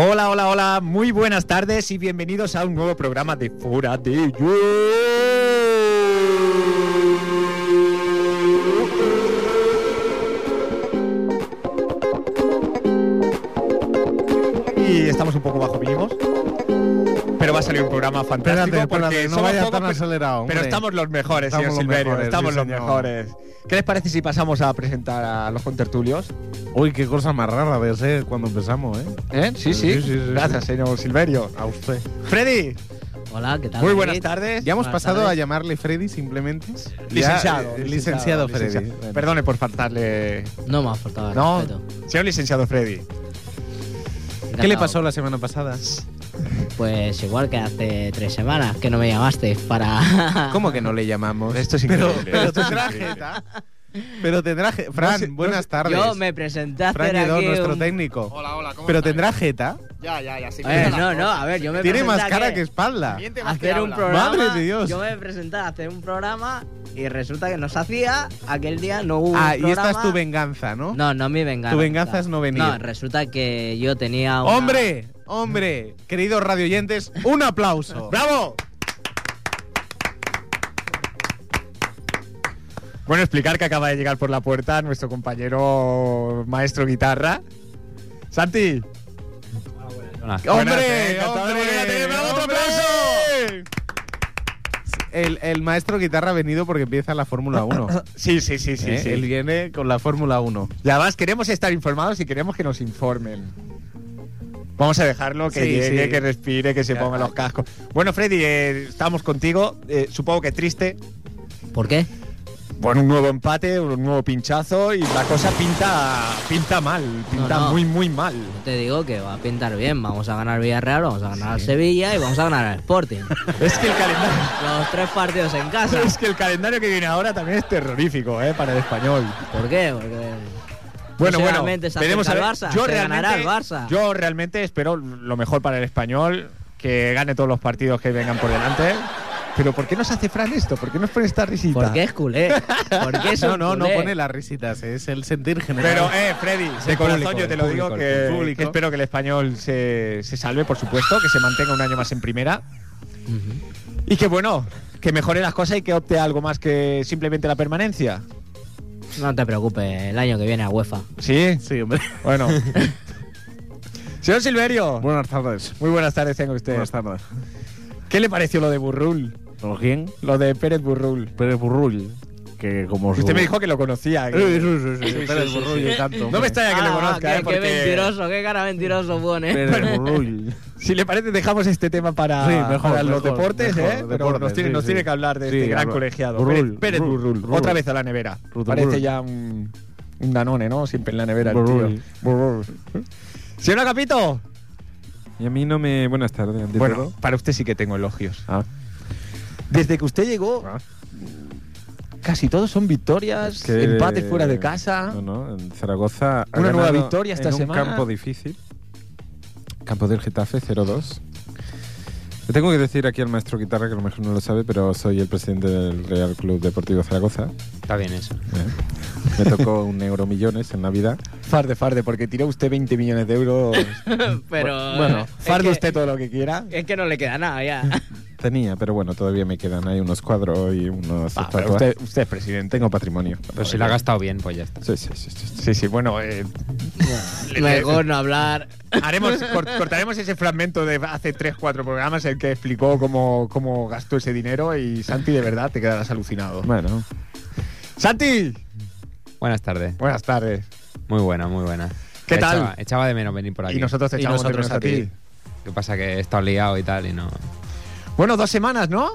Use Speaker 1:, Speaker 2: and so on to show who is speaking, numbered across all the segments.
Speaker 1: Hola, muy buenas tardes y bienvenidos a un nuevo programa de Fuera de You. Y estamos un poco bajo mínimos. Pero va a salir un programa fantástico
Speaker 2: Espérate,
Speaker 1: porque
Speaker 2: espérate, no
Speaker 1: somos
Speaker 2: vaya
Speaker 1: pocos,
Speaker 2: tan
Speaker 1: pe-
Speaker 2: acelerado.
Speaker 1: Pero
Speaker 2: hombre.
Speaker 1: estamos los mejores,
Speaker 2: Estamos
Speaker 1: señor
Speaker 2: los
Speaker 1: Silverio.
Speaker 2: mejores,
Speaker 1: estamos
Speaker 2: sí,
Speaker 1: los
Speaker 2: señor.
Speaker 1: mejores. ¿Qué les parece si pasamos a presentar a los contertulios?
Speaker 2: Uy, qué cosa más rara ves, eh, cuando empezamos, ¿eh?
Speaker 1: ¿Eh? Sí, sí.
Speaker 2: Sí, sí, sí, sí.
Speaker 1: Gracias, señor Silverio.
Speaker 2: A usted.
Speaker 1: Freddy,
Speaker 3: Hola, ¿qué tal?
Speaker 1: muy
Speaker 3: David?
Speaker 1: buenas tardes.
Speaker 2: Ya hemos
Speaker 3: Buenas
Speaker 2: pasado
Speaker 3: tardes.
Speaker 2: a llamarle Freddy simplemente.
Speaker 1: Licenciado,
Speaker 2: Ya, eh, licenciado, Freddy.
Speaker 1: licenciado.
Speaker 2: Bueno.
Speaker 1: Perdone por faltarle.
Speaker 3: No me ha faltado el
Speaker 1: No,
Speaker 3: respeto.
Speaker 1: señor licenciado Freddy.
Speaker 3: Encantado.
Speaker 2: ¿Qué le pasó la semana pasada?
Speaker 3: Pues igual que hace tres semanas que no me llamaste para.
Speaker 2: ¿Cómo que no le llamamos?
Speaker 1: Esto es
Speaker 2: pero,
Speaker 1: increíble,
Speaker 2: pero
Speaker 1: esto es
Speaker 2: tendrá
Speaker 1: increíble.
Speaker 2: jeta. Pero tendrá jeta. Fran,
Speaker 1: sé- no
Speaker 2: buenas
Speaker 1: sé-
Speaker 2: tardes.
Speaker 3: Yo me presenté a hacer
Speaker 2: Fran Lledó,
Speaker 3: aquí
Speaker 2: nuestro
Speaker 3: un-
Speaker 2: técnico.
Speaker 4: Hola, hola, ¿cómo
Speaker 2: Pero
Speaker 4: estáis?
Speaker 2: tendrá jeta.
Speaker 4: Ya, ya, ya. sí,
Speaker 3: Eh,
Speaker 4: pinta
Speaker 3: no,
Speaker 4: la
Speaker 3: no,
Speaker 4: cosa.
Speaker 3: a ver, yo me
Speaker 2: Tiene más
Speaker 3: presenté
Speaker 2: cara
Speaker 3: aquí
Speaker 2: que espalda.
Speaker 4: Miente
Speaker 3: a
Speaker 4: más que
Speaker 3: hacer un
Speaker 4: habla.
Speaker 3: programa.
Speaker 2: Madre de Dios.
Speaker 3: Yo me presenté a hacer un programa y resulta que no se hacía. Aquel día no hubo.
Speaker 2: Ah,
Speaker 3: un
Speaker 2: y esta
Speaker 3: programa.
Speaker 2: es tu venganza, ¿no?
Speaker 3: No, no mi venganza.
Speaker 2: Tu venganza es no venir.
Speaker 3: No, resulta que yo tenía. una-
Speaker 2: Hombre, hombre, queridos radioyentes, un aplauso.
Speaker 1: ¡Bravo! Bueno, explicar que acaba de llegar por la puerta nuestro compañero maestro guitarra. Santi. Buenas, eh,
Speaker 2: ¡Hombre!
Speaker 1: encantado de volver a tener- ¡Bravo, otro
Speaker 2: ¡Hombre! El, el maestro guitarra ha venido porque empieza la Fórmula 1.
Speaker 1: Sí, sí, sí, sí.
Speaker 2: ¿eh?
Speaker 1: sí.
Speaker 2: Él viene con la Fórmula 1.
Speaker 1: Y además queremos estar informados y queremos que nos informen. Vamos a dejarlo, que
Speaker 2: Sí,
Speaker 1: llegue,
Speaker 2: sí.
Speaker 1: que respire, que se
Speaker 2: Ya.
Speaker 1: ponga los cascos. Bueno, Freddy, eh, estamos contigo. Eh, supongo que triste.
Speaker 3: ¿Por qué?
Speaker 1: Bueno, un nuevo empate, un nuevo pinchazo y la cosa pinta, pinta mal, pinta
Speaker 3: no.
Speaker 1: muy, muy mal.
Speaker 3: Te digo que va a pintar bien. Vamos a ganar Villarreal, vamos a ganar Sevilla y vamos a ganar al Sporting.
Speaker 1: Es que el calendario...
Speaker 3: Los tres partidos en casa.
Speaker 1: Es que el calendario que viene ahora también es terrorífico, ¿eh? Para el español.
Speaker 3: ¿Por qué? Porque
Speaker 1: Bueno, bueno,
Speaker 3: seguramente se
Speaker 1: veremos a ver.
Speaker 3: acerca al Barça,
Speaker 1: Yo
Speaker 3: se ganará
Speaker 1: realmente,
Speaker 3: el Barça.
Speaker 1: yo realmente espero lo mejor para el español, que gane todos los partidos que vengan por delante. Pero ¿por qué nos hace Fran esto? ¿Por qué nos pone esta risita?
Speaker 3: ¿por qué es culé? ¿Por qué es
Speaker 2: No,
Speaker 3: un
Speaker 2: no, no
Speaker 3: culé?
Speaker 2: pone las risitas, eh, es el sentir general.
Speaker 1: Pero, eh, Freddy, de
Speaker 2: El
Speaker 1: corazón
Speaker 2: público,
Speaker 1: yo te
Speaker 2: el
Speaker 1: lo
Speaker 2: público,
Speaker 1: digo
Speaker 2: el
Speaker 1: que,
Speaker 2: público.
Speaker 1: que espero que el español se, se salve, por supuesto, que se mantenga un año más en primera.
Speaker 3: Ujú.
Speaker 1: Y que, bueno, que mejore las cosas y que opte a algo más que simplemente la permanencia.
Speaker 3: No te preocupes, el año que viene a UEFA.
Speaker 1: ¿Sí?
Speaker 2: Sí, hombre.
Speaker 1: Bueno. Señor Silverio.
Speaker 2: Buenas tardes.
Speaker 1: Muy buenas tardes, tengo usted.
Speaker 2: Buenas tardes.
Speaker 1: ¿Qué le pareció lo de Burrul?
Speaker 2: ¿Con quién?
Speaker 1: Lo de Pérez Burrul.
Speaker 2: Pérez Burrull. Que como su-
Speaker 1: Usted me dijo que lo conocía. ¿eh?
Speaker 2: Sí, sí,
Speaker 1: que-
Speaker 2: sí, Este sí,
Speaker 1: sí,
Speaker 2: Pérez
Speaker 1: sí,
Speaker 2: Burrull
Speaker 1: sí.
Speaker 2: y tanto.
Speaker 1: No me
Speaker 2: hombre.
Speaker 1: extraña que
Speaker 3: Ah,
Speaker 1: lo conozca,
Speaker 3: qué,
Speaker 1: eh, porque
Speaker 3: qué mentiroso, qué cara mentiroso pone.
Speaker 2: Pérez Burrull.
Speaker 1: si le parece dejamos este tema para,
Speaker 2: Sí, mejor,
Speaker 1: para los
Speaker 2: mejor,
Speaker 1: deportes,
Speaker 2: mejor,
Speaker 1: ¿eh? Pero
Speaker 2: deportes,
Speaker 1: nos, tiene,
Speaker 2: sí,
Speaker 1: nos
Speaker 2: sí.
Speaker 1: tiene que hablar de
Speaker 2: Sí,
Speaker 1: este gran
Speaker 2: habla-
Speaker 1: colegiado.
Speaker 2: Burrul,
Speaker 1: Pérez, Pérez
Speaker 2: Burrul,
Speaker 1: Burrul.
Speaker 2: Burrul.
Speaker 1: Otra vez a la nevera.
Speaker 2: Burrul.
Speaker 1: Parece ya un, un danone, ¿no? Siempre en la nevera el
Speaker 2: Burrul.
Speaker 1: tío. Burrul. Señor Agapito.
Speaker 5: Y a mí no me. Buenas tardes, ante
Speaker 1: Bueno,
Speaker 5: todo.
Speaker 1: para usted sí que tengo elogios.
Speaker 5: Ah,
Speaker 1: Desde que usted llegó,
Speaker 5: Ah.
Speaker 1: casi todos son victorias,
Speaker 5: es que- eh,
Speaker 1: empates fuera de casa.
Speaker 5: No, no, en Zaragoza. ha
Speaker 1: Una nueva
Speaker 5: ganado
Speaker 1: victoria esta
Speaker 5: en un
Speaker 1: semana.
Speaker 5: campo difícil. Campo del Getafe 0-2. Le tengo que decir aquí al maestro guitarra, que a lo mejor no lo sabe, pero soy el presidente del Real Club Deportivo Zaragoza.
Speaker 6: Está bien eso. Pues
Speaker 5: Eh, Me tocó un euro millones en Navidad.
Speaker 1: Farde, farde, porque tiró usted 20 millones de euros.
Speaker 3: Pero
Speaker 1: bueno,
Speaker 3: es
Speaker 1: farde
Speaker 3: que-
Speaker 1: usted todo lo que quiera.
Speaker 3: Es que no le queda nada ya.
Speaker 5: Tenía, pero bueno, todavía me quedan ahí unos cuadros y unos.
Speaker 1: Ah, pero
Speaker 5: estatuas.
Speaker 1: usted, usted es presidente.
Speaker 5: Tengo patrimonio.
Speaker 6: Pero si lo ha gastado bien, pues ya está.
Speaker 5: Sí, sí, sí. sí, sí.
Speaker 1: Sí, sí, bueno, eh, le- le-
Speaker 3: Mejor no hablar.
Speaker 1: haremos, cor- cortaremos ese fragmento de hace 3, 4 programas en que explicó cómo, cómo gastó ese dinero y Santi, de verdad, te quedarás alucinado.
Speaker 5: Bueno,
Speaker 1: ¡Santi!
Speaker 6: Buenas tardes.
Speaker 1: Buenas tardes.
Speaker 6: Muy buena, muy buena.
Speaker 1: ¿Qué tal?
Speaker 6: Echaba, echaba de menos venir por aquí.
Speaker 1: Y nosotros te
Speaker 6: Y
Speaker 1: echamos de
Speaker 6: nosotros
Speaker 1: menos a ti.
Speaker 6: Lo que pasa que he estado liado y tal y no.
Speaker 1: Bueno, dos semanas, ¿no?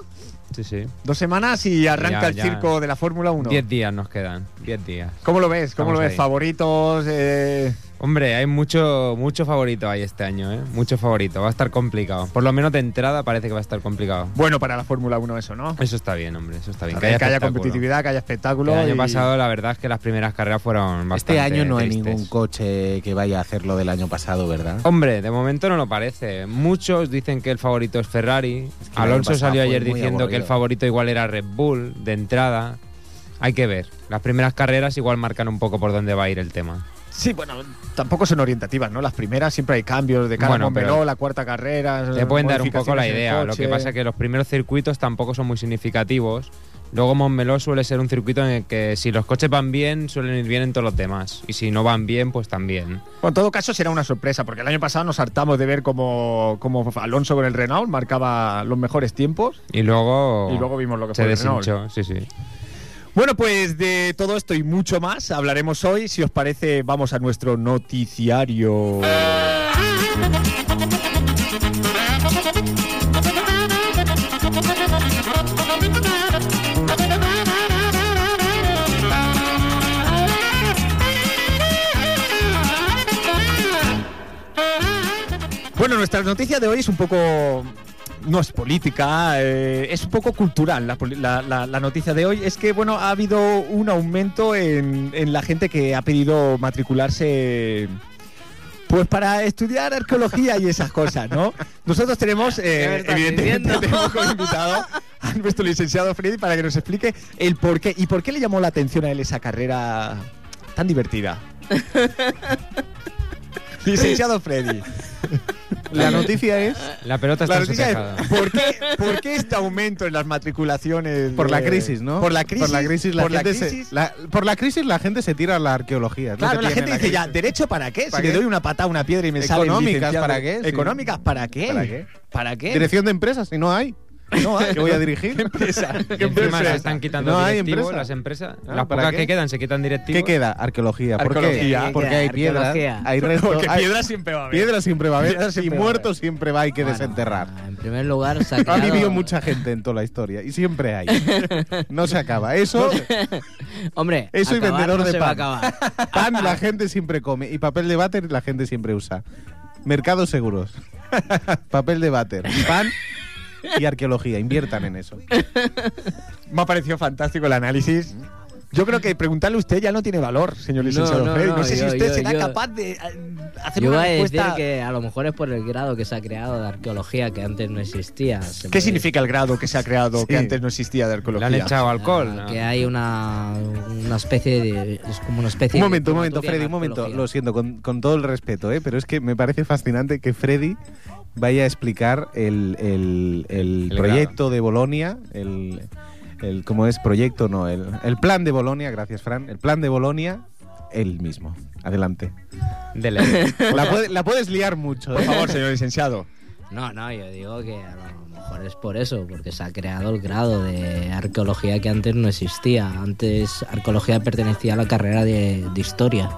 Speaker 6: Sí, sí.
Speaker 1: Dos semanas y arranca
Speaker 6: Ya,
Speaker 1: el
Speaker 6: ya.
Speaker 1: circo de la Fórmula 1.
Speaker 6: Diez días nos quedan. Diez días.
Speaker 1: ¿Cómo lo ves? ¿Cómo
Speaker 6: Vamos
Speaker 1: lo ves?
Speaker 6: ahí.
Speaker 1: ¿Favoritos? Eh,
Speaker 6: Hombre, hay mucho, mucho favorito ahí este año, ¿eh? Mucho favorito. Va a estar complicado. Por lo menos de entrada parece que va a estar complicado.
Speaker 1: Bueno para la Fórmula 1 eso, ¿no?
Speaker 6: Eso está bien, hombre. Eso está bien.
Speaker 1: A ver, que haya
Speaker 6: espectáculo.
Speaker 1: competitividad, que haya espectáculo.
Speaker 6: El año
Speaker 1: y-
Speaker 6: pasado la verdad es que las primeras carreras fueron bastante
Speaker 7: Este año no hay
Speaker 6: tristes.
Speaker 7: ningún coche que vaya a hacer lo del año pasado, ¿verdad?
Speaker 6: Hombre, de momento no lo parece. Muchos dicen que el favorito es Ferrari.
Speaker 7: que el año
Speaker 6: Alonso
Speaker 7: pasado
Speaker 6: salió
Speaker 7: fue
Speaker 6: ayer
Speaker 7: muy
Speaker 6: diciendo que el
Speaker 7: aburrido.
Speaker 6: favorito igual era Red Bull de entrada. Hay que ver. Las primeras carreras igual marcan un poco por dónde va a ir el tema.
Speaker 1: Sí, bueno, tampoco son orientativas, ¿no? Las primeras siempre hay cambios de cara
Speaker 6: Bueno,
Speaker 1: bueno,
Speaker 6: pero-
Speaker 1: la cuarta carrera.
Speaker 6: Te pueden dar un poco la
Speaker 1: modificaciones en el
Speaker 6: idea. Lo que
Speaker 1: coche.
Speaker 6: pasa es que los primeros circuitos tampoco son muy significativos. Luego Montmeló suele ser un circuito en el que si los coches van bien, suelen ir bien en todos los demás. Y si no van bien, pues también.
Speaker 1: Bueno, en todo caso será una sorpresa, porque el año pasado nos hartamos de ver cómo, cómo Alonso con el Renault marcaba los mejores tiempos.
Speaker 6: Y luego,
Speaker 1: Y luego vimos lo que
Speaker 6: Oh, se
Speaker 1: fue el Renault.
Speaker 6: deshinchó. Sí, sí.
Speaker 1: Bueno, pues de todo esto y mucho más hablaremos hoy. Si os parece, vamos a nuestro noticiario. Bueno, nuestra noticia de hoy es un poco. No es política, eh, es un poco cultural. La, poli- la- la- la noticia de hoy es que, bueno, ha habido un aumento en, en la gente que ha pedido matricularse. Pues para estudiar arqueología y esas cosas, ¿no? Nosotros tenemos, eh,
Speaker 3: ¿Qué me estás
Speaker 1: evidentemente,
Speaker 3: diciendo?
Speaker 1: tenemos como invitado a nuestro licenciado Freddy para que nos explique el por qué y por qué le llamó la atención a él esa carrera tan divertida. licenciado Freddy.
Speaker 2: La noticia es.
Speaker 6: La pelota está
Speaker 1: La
Speaker 6: en su
Speaker 1: noticia es,
Speaker 6: tejado.
Speaker 1: ¿por qué, por qué este aumento en las matriculaciones?
Speaker 7: Por la
Speaker 1: de-
Speaker 7: crisis, ¿no?
Speaker 1: Por la crisis.
Speaker 7: Por la crisis la,
Speaker 1: por la
Speaker 7: gente, se-
Speaker 1: crisis.
Speaker 7: la- por la crisis la gente se tira a la arqueología. es lo
Speaker 1: Claro,
Speaker 7: que
Speaker 1: la
Speaker 7: tiene
Speaker 1: gente dice ya,
Speaker 7: crisis.
Speaker 1: ¿derecho para qué? Si
Speaker 7: ¿Para
Speaker 1: le
Speaker 7: qué?
Speaker 1: doy una patada a una piedra y me sale el
Speaker 7: ¿Económicas
Speaker 1: licenciado-
Speaker 7: para qué? Sí.
Speaker 1: ¿Económicas para qué?
Speaker 7: ¿Para qué?
Speaker 1: ¿Para qué?
Speaker 7: Dirección de empresas, si no hay.
Speaker 1: No, ah,
Speaker 7: ¿Qué voy a dirigir?
Speaker 1: ¿Qué empresa?
Speaker 6: Y
Speaker 1: ¿Qué
Speaker 6: encima
Speaker 1: empresa?
Speaker 6: se están quitando
Speaker 7: No hay
Speaker 6: directivos,
Speaker 7: empresa.
Speaker 6: las em- empresas.
Speaker 7: Ah,
Speaker 6: las
Speaker 7: ¿para
Speaker 6: pocas
Speaker 7: qué?
Speaker 6: que quedan se quitan directivos.
Speaker 7: ¿Qué queda? Arqueología. ¿Por
Speaker 1: Arqueología.
Speaker 7: qué? Porque hay
Speaker 3: Arqueología.
Speaker 7: piedras, hay restos,
Speaker 1: Porque
Speaker 7: hay-
Speaker 1: piedra siempre va a haber.
Speaker 7: piedras siempre va a haber
Speaker 1: Piedras
Speaker 7: y
Speaker 1: siempre va a
Speaker 7: muertos siempre va hay que
Speaker 3: Bueno,
Speaker 7: desenterrar.
Speaker 3: En primer lugar, se ha
Speaker 7: Ha
Speaker 3: creado-
Speaker 7: vivido mucha gente en toda la historia y siempre hay. No se acaba. Eso,
Speaker 3: Hombre,
Speaker 7: Eso y
Speaker 3: acabar
Speaker 7: vendedor
Speaker 3: no
Speaker 7: de
Speaker 3: se va a
Speaker 7: pan.
Speaker 3: acabar.
Speaker 7: pan la gente siempre come y papel de váter la gente siempre usa. Mercados seguros, papel de váter, pan y arqueología. Inviertan en eso.
Speaker 1: Me ha parecido fantástico el análisis. Yo creo que preguntarle a usted ya no tiene valor, señor
Speaker 3: No,
Speaker 1: licenciado
Speaker 3: no,
Speaker 1: Freddy. No,
Speaker 3: no,
Speaker 1: sé
Speaker 3: yo-
Speaker 1: si usted
Speaker 3: yo-
Speaker 1: será
Speaker 3: yo-
Speaker 1: capaz de eh, hacer
Speaker 3: Yo
Speaker 1: una
Speaker 3: voy a decir
Speaker 1: respuesta.
Speaker 3: que a lo mejor es por el grado que se ha creado de arqueología que antes no existía. Se
Speaker 1: ¿Qué
Speaker 3: me-
Speaker 1: significa el grado que se ha creado que
Speaker 7: Sí.
Speaker 1: antes no existía de
Speaker 6: Le
Speaker 1: arqueología?
Speaker 6: han echado alcohol.
Speaker 3: Ah,
Speaker 6: ¿no?
Speaker 3: Que hay una, una especie de. Es como una especie
Speaker 7: Un
Speaker 3: de
Speaker 7: momento, un momento,
Speaker 3: crematoria
Speaker 7: Freddy,
Speaker 3: en
Speaker 7: un momento.
Speaker 3: arqueología.
Speaker 7: Lo siento, con, con todo el respeto, ¿eh? pero es que me parece fascinante que Freddy vaya a explicar el, el- el
Speaker 6: El
Speaker 7: proyecto de Bolonia, el, el- ¿cómo es? Proyecto, no, el, el plan de Bolonia, gracias Fran, el plan de Bolonia, él mismo. Adelante.
Speaker 6: Dele.
Speaker 7: La, puede- la puedes liar mucho,
Speaker 1: Por
Speaker 7: ¿eh?
Speaker 1: favor, señor licenciado.
Speaker 3: No, no, yo digo que a lo mejor es por eso, porque se ha creado el grado de arqueología que antes no existía. Antes arqueología pertenecía a la carrera de, de historia.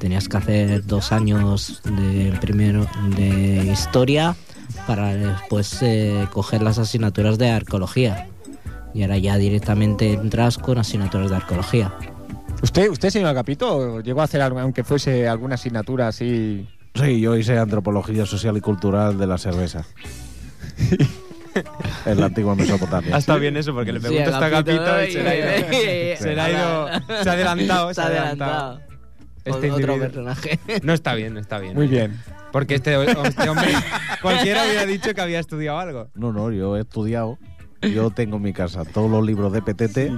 Speaker 3: Tenías que hacer dos años de primero de historia para después eh, coger las asignaturas de arqueología. Y ahora ya directamente entras con asignaturas de arqueología.
Speaker 1: ¿Usted, usted señor Agapito, llegó a hacer, algo- aunque fuese alguna asignatura así?
Speaker 7: Sí, yo hice antropología social y cultural de la cerveza. en la antigua
Speaker 6: Ha
Speaker 7: Mesopotamia.
Speaker 6: estado bien eso porque le pregunto esta gapita y se le ha ido. Se le ha ido. Se ha adelantado. Se ha adelantado. Este
Speaker 3: otro
Speaker 6: individuo.
Speaker 3: personaje.
Speaker 6: No está bien, no está bien.
Speaker 1: Muy bien.
Speaker 6: Porque este, este hombre, cualquiera hubiera dicho que había estudiado algo.
Speaker 7: No, no, yo he estudiado. Yo tengo en mi casa todos los libros de Petete.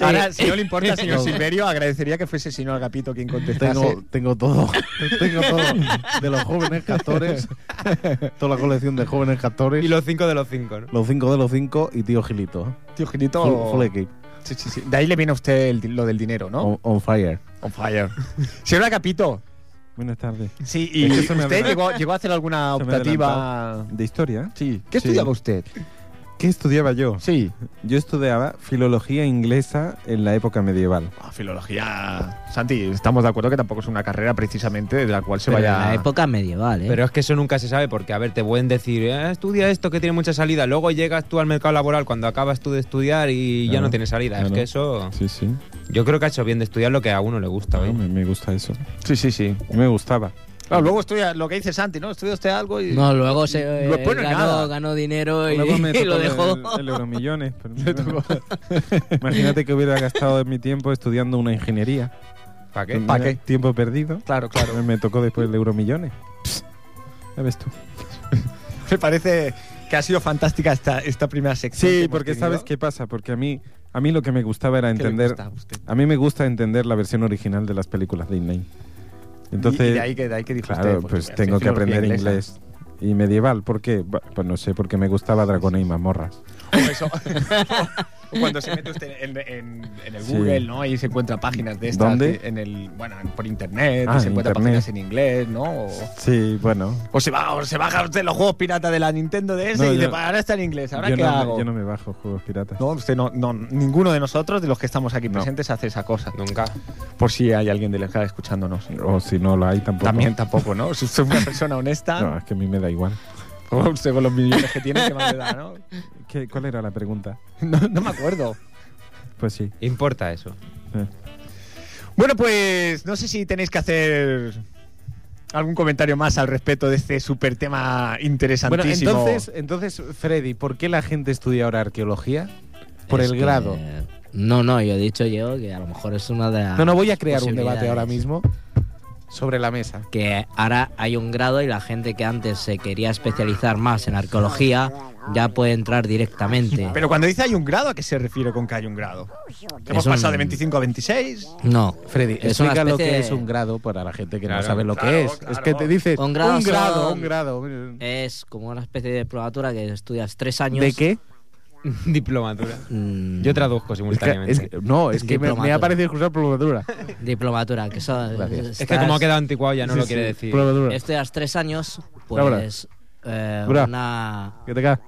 Speaker 1: Ahora, si no le importa, señor
Speaker 7: No.
Speaker 1: Silverio, agradecería que fuese el señor Agapito quien contestase.
Speaker 7: Tengo, tengo todo. Tengo todo. De los jóvenes castores. Toda la colección de jóvenes castores.
Speaker 6: Y los cinco de los cinco, ¿no?
Speaker 7: los cinco de los cinco y tío Gilito.
Speaker 1: Tío
Speaker 7: Full,
Speaker 1: Gilito.
Speaker 7: full equip.
Speaker 1: Sí, sí, sí. De ahí le viene a usted el di- lo del dinero,
Speaker 5: Oh.
Speaker 1: ¿no?
Speaker 7: On, on fire.
Speaker 1: On fire. Señor Agapito,
Speaker 5: Buenas tardes.
Speaker 1: sí, y
Speaker 5: Es que se me
Speaker 1: usted
Speaker 5: adelanta-
Speaker 1: llegó, llegó a hacer alguna
Speaker 5: se me
Speaker 1: optativa.
Speaker 5: De historia.
Speaker 1: Sí. ¿Qué
Speaker 5: Sí.
Speaker 1: estudiaba usted?
Speaker 5: ¿Qué estudiaba yo?
Speaker 1: Sí.
Speaker 5: Yo estudiaba filología inglesa en la época medieval.
Speaker 1: Ah, filología. Santi, estamos de acuerdo que tampoco es una carrera precisamente de la cual se
Speaker 3: Pero
Speaker 1: vaya.
Speaker 3: en la época medieval, ¿eh?
Speaker 6: Pero es que eso nunca se sabe porque, a ver, te pueden decir, "Eh, estudia esto que tiene mucha salida, luego llegas tú al mercado laboral cuando acabas tú de estudiar y ya
Speaker 5: Claro,
Speaker 6: no tienes salida. Es
Speaker 5: claro.
Speaker 6: que eso,
Speaker 5: Sí, sí.
Speaker 6: yo creo que ha hecho bien de estudiar lo que a uno le gusta. ¿eh?
Speaker 5: Claro, me, me gusta eso.
Speaker 1: Sí, sí, sí.
Speaker 5: Me gustaba.
Speaker 1: Claro, luego estudia lo que dice Santi, ¿no? Estudia usted algo y.
Speaker 3: No, luego se eh,
Speaker 1: Luego, bueno, nada.
Speaker 3: ganó, ganó dinero y,
Speaker 5: Luego me
Speaker 3: y lo
Speaker 5: tocó
Speaker 3: dejó.
Speaker 5: El, el Euromillones. pero bueno. Imagínate que hubiera gastado mi tiempo estudiando una ingeniería.
Speaker 6: ¿eh? ¿Para qué?
Speaker 5: Tendría
Speaker 1: ¿Para qué?
Speaker 5: Tiempo perdido.
Speaker 1: Claro, claro.
Speaker 5: Me- Me tocó después el Euromillones. Psst, Ya ves tú.
Speaker 1: Me parece que ha sido fantástica esta, esta primera sección. que
Speaker 5: Sí,
Speaker 1: hemos
Speaker 5: porque
Speaker 1: tenido.
Speaker 5: sabes qué pasa, porque a mí a mí lo que me gustaba era
Speaker 1: ¿Qué le
Speaker 5: entender
Speaker 1: gusta a usted?
Speaker 5: a mí me gusta entender la versión original de las películas Disney. Entonces,
Speaker 1: y, y de ahí que, de ahí que dijo
Speaker 5: claro,
Speaker 1: usted,
Speaker 5: pues,
Speaker 1: mira,
Speaker 5: tengo que
Speaker 1: filología
Speaker 5: aprender
Speaker 1: inglesa.
Speaker 5: inglés. ¿Y medieval? ¿Por qué? Bu- Pues no sé, porque me gustaba Dragones y Mazmorras.
Speaker 1: O eso. O cuando se mete usted en, en- en el
Speaker 5: Sí.
Speaker 1: Google, ¿no? Ahí se encuentra páginas de estas.
Speaker 5: ¿Dónde?
Speaker 1: que En el, bueno, en- por internet,
Speaker 5: Ah,
Speaker 1: se encuentra
Speaker 5: internet.
Speaker 1: páginas en inglés, ¿no? O,
Speaker 5: Sí, bueno.
Speaker 1: o se va, o se baja usted los juegos pirata de la Nintendo DS
Speaker 5: No,
Speaker 1: y dice,
Speaker 5: yo-
Speaker 1: "Pues ahora está en inglés, ¿ahora
Speaker 5: yo,
Speaker 1: qué
Speaker 5: no, me-
Speaker 1: hago?
Speaker 5: yo no me bajo juegos piratas.
Speaker 1: No, usted no, no, ninguno de nosotros, de los que estamos aquí
Speaker 5: No.
Speaker 1: presentes, hace esa cosa.
Speaker 6: Nunca.
Speaker 1: Por si hay alguien del ESCA escuchándonos.
Speaker 5: O si no lo hay tampoco.
Speaker 1: También tampoco, ¿no? Si usted es una persona
Speaker 5: No,
Speaker 1: honesta,
Speaker 5: es que a mí me da igual.
Speaker 1: o usted con los millones que tiene, que más le da, ¿no?
Speaker 5: ¿Qué- ¿Cuál era la pregunta?
Speaker 1: No, no me acuerdo.
Speaker 5: Pues sí.
Speaker 6: Importa eso.
Speaker 5: eh.
Speaker 1: Bueno, pues no sé si tenéis que hacer algún comentario más al respecto de este súper tema
Speaker 7: Bueno,
Speaker 1: interesantísimo.
Speaker 7: entonces, entonces, Freddy, ¿por qué la gente estudia ahora arqueología? Por
Speaker 3: Es
Speaker 7: el
Speaker 3: que-
Speaker 7: grado.
Speaker 3: No, no, yo he dicho yo que a lo mejor es una de las.
Speaker 7: No, no voy a crear un debate
Speaker 3: posibilidades.
Speaker 7: ahora mismo sobre la mesa.
Speaker 3: Que ahora hay un grado y la gente que antes se quería especializar más en arqueología ya puede entrar directamente.
Speaker 1: Pero cuando dice hay un grado, ¿a qué se refiere con que hay un grado? Que Hemos
Speaker 3: Es un-
Speaker 1: pasado de 25 a 26.
Speaker 3: No.
Speaker 7: Freddy,
Speaker 3: Es una
Speaker 7: explica lo
Speaker 3: especie
Speaker 7: que
Speaker 3: de-
Speaker 7: es un grado para la gente que
Speaker 6: Claro,
Speaker 7: no sabe lo
Speaker 1: claro,
Speaker 7: que es.
Speaker 1: claro.
Speaker 7: Es que te dices
Speaker 3: Un grado
Speaker 7: un grado,
Speaker 3: son-
Speaker 7: un grado.
Speaker 3: Es como una especie de probatura que estudias tres años.
Speaker 7: ¿De qué?
Speaker 6: Diplomatura.
Speaker 3: Mm,
Speaker 6: Yo traduzco
Speaker 7: Es que-
Speaker 6: simultáneamente.
Speaker 7: es
Speaker 6: Es
Speaker 7: que- no, es que me, me ha
Speaker 3: Diplomatura.
Speaker 7: parecido escuchar dura.
Speaker 3: Diplomatura, que eso.
Speaker 7: Gracias.
Speaker 6: que como ha quedado anticuado ya no
Speaker 7: Sí,
Speaker 6: lo
Speaker 7: sí,
Speaker 6: quiere decir.
Speaker 7: diplomatura.
Speaker 3: Estudias tres años,
Speaker 7: Bárbara.
Speaker 3: pues. eh,
Speaker 7: Bra.
Speaker 3: una. Ah,
Speaker 7: Que te ca-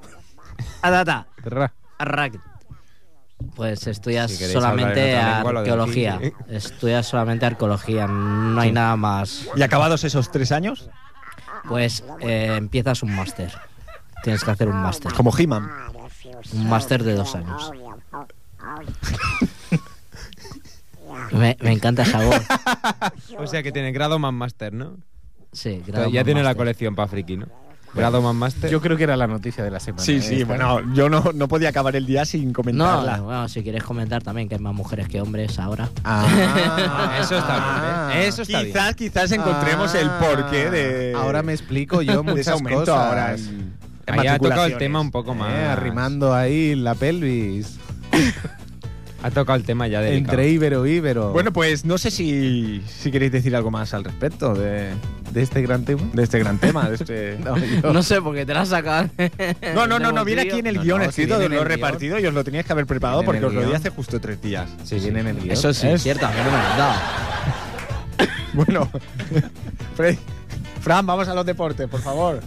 Speaker 3: Adata.
Speaker 7: te ra.
Speaker 3: Arrak- Pues estudias
Speaker 6: Si queréis
Speaker 3: solamente
Speaker 6: hablar en otra lengua, lo de
Speaker 3: arqueología.
Speaker 6: aquí. ¿eh?
Speaker 3: Estudias solamente arqueología, no hay nada más.
Speaker 1: Y acabados esos tres años,
Speaker 3: Pues eh, empiezas un máster. Tienes que hacer un máster.
Speaker 1: como He-Man.
Speaker 3: Un máster de dos años. Me, me encanta esa voz.
Speaker 6: O sea que tiene grado más máster, ¿no?
Speaker 3: Sí,
Speaker 6: Ya
Speaker 3: grado más
Speaker 6: tiene la
Speaker 3: máster.
Speaker 6: colección para friki, ¿no? Grado más máster.
Speaker 7: Yo creo que era la noticia de la semana.
Speaker 1: Sí,
Speaker 7: ¿eh?
Speaker 1: sí,
Speaker 7: Esta.
Speaker 1: bueno, yo no, no podía acabar el día sin
Speaker 3: No,
Speaker 1: comentarla.
Speaker 3: bueno, si quieres comentar también que hay más mujeres que hombres ahora.
Speaker 7: Ah,
Speaker 6: Ah, eso está bien. ¿eh? Eso está bien.
Speaker 1: Quizás, quizás encontremos el porqué de.
Speaker 7: Ah. Ahora me explico yo
Speaker 1: de ese
Speaker 7: muchas
Speaker 1: aumento
Speaker 7: cosas.
Speaker 1: ahora. en- en
Speaker 6: Ahí ha tocado el
Speaker 1: matriculaciones.
Speaker 6: tema un poco más.
Speaker 7: Eh, arrimando ahí la pelvis.
Speaker 6: Ha tocado el tema ya delicado.
Speaker 7: Entre íbero y íbero.
Speaker 1: Bueno, pues no sé si, si queréis decir algo más al respecto de,
Speaker 7: de este gran tema.
Speaker 1: de este gran tema. de este-
Speaker 7: No, yo-
Speaker 3: No sé, porque te la has sacado.
Speaker 1: No, no, no, no, viene aquí en el
Speaker 7: No,
Speaker 1: guión
Speaker 7: no, si
Speaker 1: escrito,
Speaker 7: viene
Speaker 1: lo
Speaker 7: en
Speaker 1: he
Speaker 7: el guión.
Speaker 1: repartido y os lo teníais que haber preparado
Speaker 7: Viene
Speaker 1: porque
Speaker 7: en
Speaker 1: os
Speaker 7: el
Speaker 1: lo di
Speaker 7: guión.
Speaker 1: hace justo tres días.
Speaker 7: Sí, viene en el guión.
Speaker 3: Eso sí,
Speaker 1: Es-
Speaker 3: es cierto, a mí no me lo han dado.
Speaker 1: Bueno, Fred- Fran, vamos a los deportes, por favor.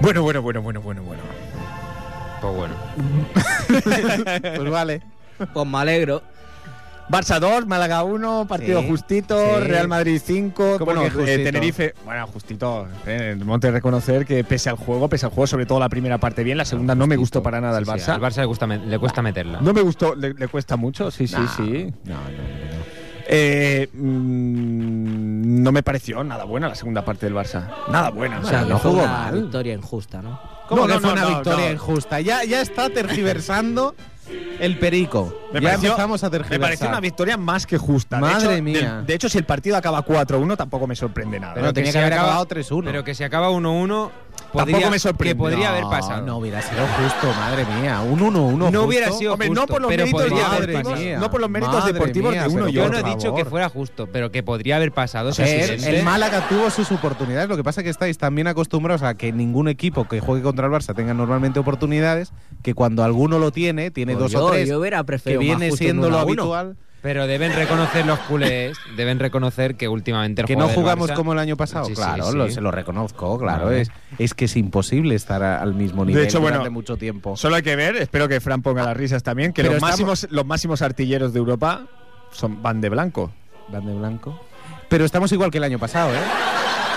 Speaker 1: Bueno, bueno, bueno, bueno, bueno, bueno.
Speaker 6: Pues bueno.
Speaker 7: Pues vale.
Speaker 3: Pues me alegro.
Speaker 1: Barça 2, Málaga 1, partido
Speaker 7: Sí,
Speaker 1: justito,
Speaker 7: sí.
Speaker 1: Real Madrid 5,
Speaker 7: ¿Cómo
Speaker 1: bueno,
Speaker 7: que
Speaker 1: eh,
Speaker 7: justito?
Speaker 1: Tenerife, bueno, justito, eh, hemos de reconocer que pese al juego, pese al juego, sobre todo la primera parte bien, la segunda no me gustó para nada el
Speaker 6: Sí, sí,
Speaker 1: Barça.
Speaker 6: al Barça le, gusta met- le cuesta meterla.
Speaker 1: No me gustó, le, le cuesta mucho, sí, sí, sí.
Speaker 5: No, no, no, no.
Speaker 1: Eh, mm, no me pareció nada buena la segunda parte del Barça, nada buena.
Speaker 3: O sea,
Speaker 7: no
Speaker 3: que fue
Speaker 7: jugó
Speaker 3: una
Speaker 7: mal.
Speaker 3: victoria injusta, ¿no?
Speaker 7: ¿Cómo
Speaker 1: No,
Speaker 7: que
Speaker 1: no,
Speaker 7: fue
Speaker 1: no,
Speaker 7: una
Speaker 1: no,
Speaker 7: victoria
Speaker 1: no.
Speaker 7: injusta? Ya, ya está tergiversando el perico.
Speaker 1: Me
Speaker 7: ya
Speaker 1: pareció-
Speaker 7: empezamos a tergiversar.
Speaker 1: me pareció una victoria más que justa. De
Speaker 7: Madre
Speaker 1: hecho,
Speaker 7: mía.
Speaker 1: De, de hecho, si el partido acaba 4-1, tampoco me sorprende nada.
Speaker 7: Pero
Speaker 6: que
Speaker 7: tenía que
Speaker 6: si
Speaker 7: haber
Speaker 6: acaba-
Speaker 7: acabado 3-1.
Speaker 6: Pero que si acaba 1-1, podría-
Speaker 1: me sorprende.
Speaker 6: Que podría haber
Speaker 7: No,
Speaker 6: pasado.
Speaker 7: No hubiera sido justo, madbre mía. Un 1-1.
Speaker 6: No
Speaker 7: justo.
Speaker 6: hubiera sido
Speaker 1: Hombre,
Speaker 6: justo,
Speaker 1: no por los
Speaker 6: pero
Speaker 1: méritos
Speaker 6: podría haber
Speaker 7: madre
Speaker 1: deportivos,
Speaker 7: mía.
Speaker 1: no por los méritos
Speaker 7: Madre
Speaker 1: deportivos
Speaker 7: mía,
Speaker 1: de uno
Speaker 7: pero
Speaker 1: y
Speaker 6: Yo
Speaker 1: otro.
Speaker 6: no he
Speaker 7: por
Speaker 6: dicho
Speaker 7: favor.
Speaker 6: que fuera justo, pero que podría haber pasado.
Speaker 7: A
Speaker 6: ese
Speaker 7: ver,
Speaker 6: accidente.
Speaker 7: el Málaga tuvo sus oportunidades. Lo que pasa es que estáis tan bien acostumbrados a que ningún equipo que juegue contra el Barça tenga normalmente oportunidades, que cuando alguno lo tiene, tiene
Speaker 3: Pues
Speaker 7: dos o
Speaker 3: yo-
Speaker 7: tres,
Speaker 3: yo hubiera
Speaker 7: que
Speaker 3: preferido más
Speaker 7: viene
Speaker 3: justo un
Speaker 7: siendo lo
Speaker 3: 1-1.
Speaker 7: habitual,
Speaker 6: Pero deben reconocer los culés, deben reconocer que últimamente el
Speaker 7: que
Speaker 6: juego
Speaker 7: no
Speaker 6: del
Speaker 7: jugamos
Speaker 6: Barça-
Speaker 7: como el año pasado.
Speaker 6: Sí, sí,
Speaker 7: claro,
Speaker 6: sí.
Speaker 7: lo- se lo reconozco, claro.
Speaker 6: Vale.
Speaker 7: Es, es que es imposible estar a- al mismo nivel
Speaker 1: hecho,
Speaker 7: durante
Speaker 1: bueno,
Speaker 7: mucho tiempo.
Speaker 1: Solo hay que ver, espero que Fran ponga las risas también, que
Speaker 7: Pero
Speaker 1: los
Speaker 7: estamos-
Speaker 1: máximos, los máximos artilleros de Europa son, van de blanco.
Speaker 7: Van de blanco. Pero estamos igual que el año pasado, ¿eh?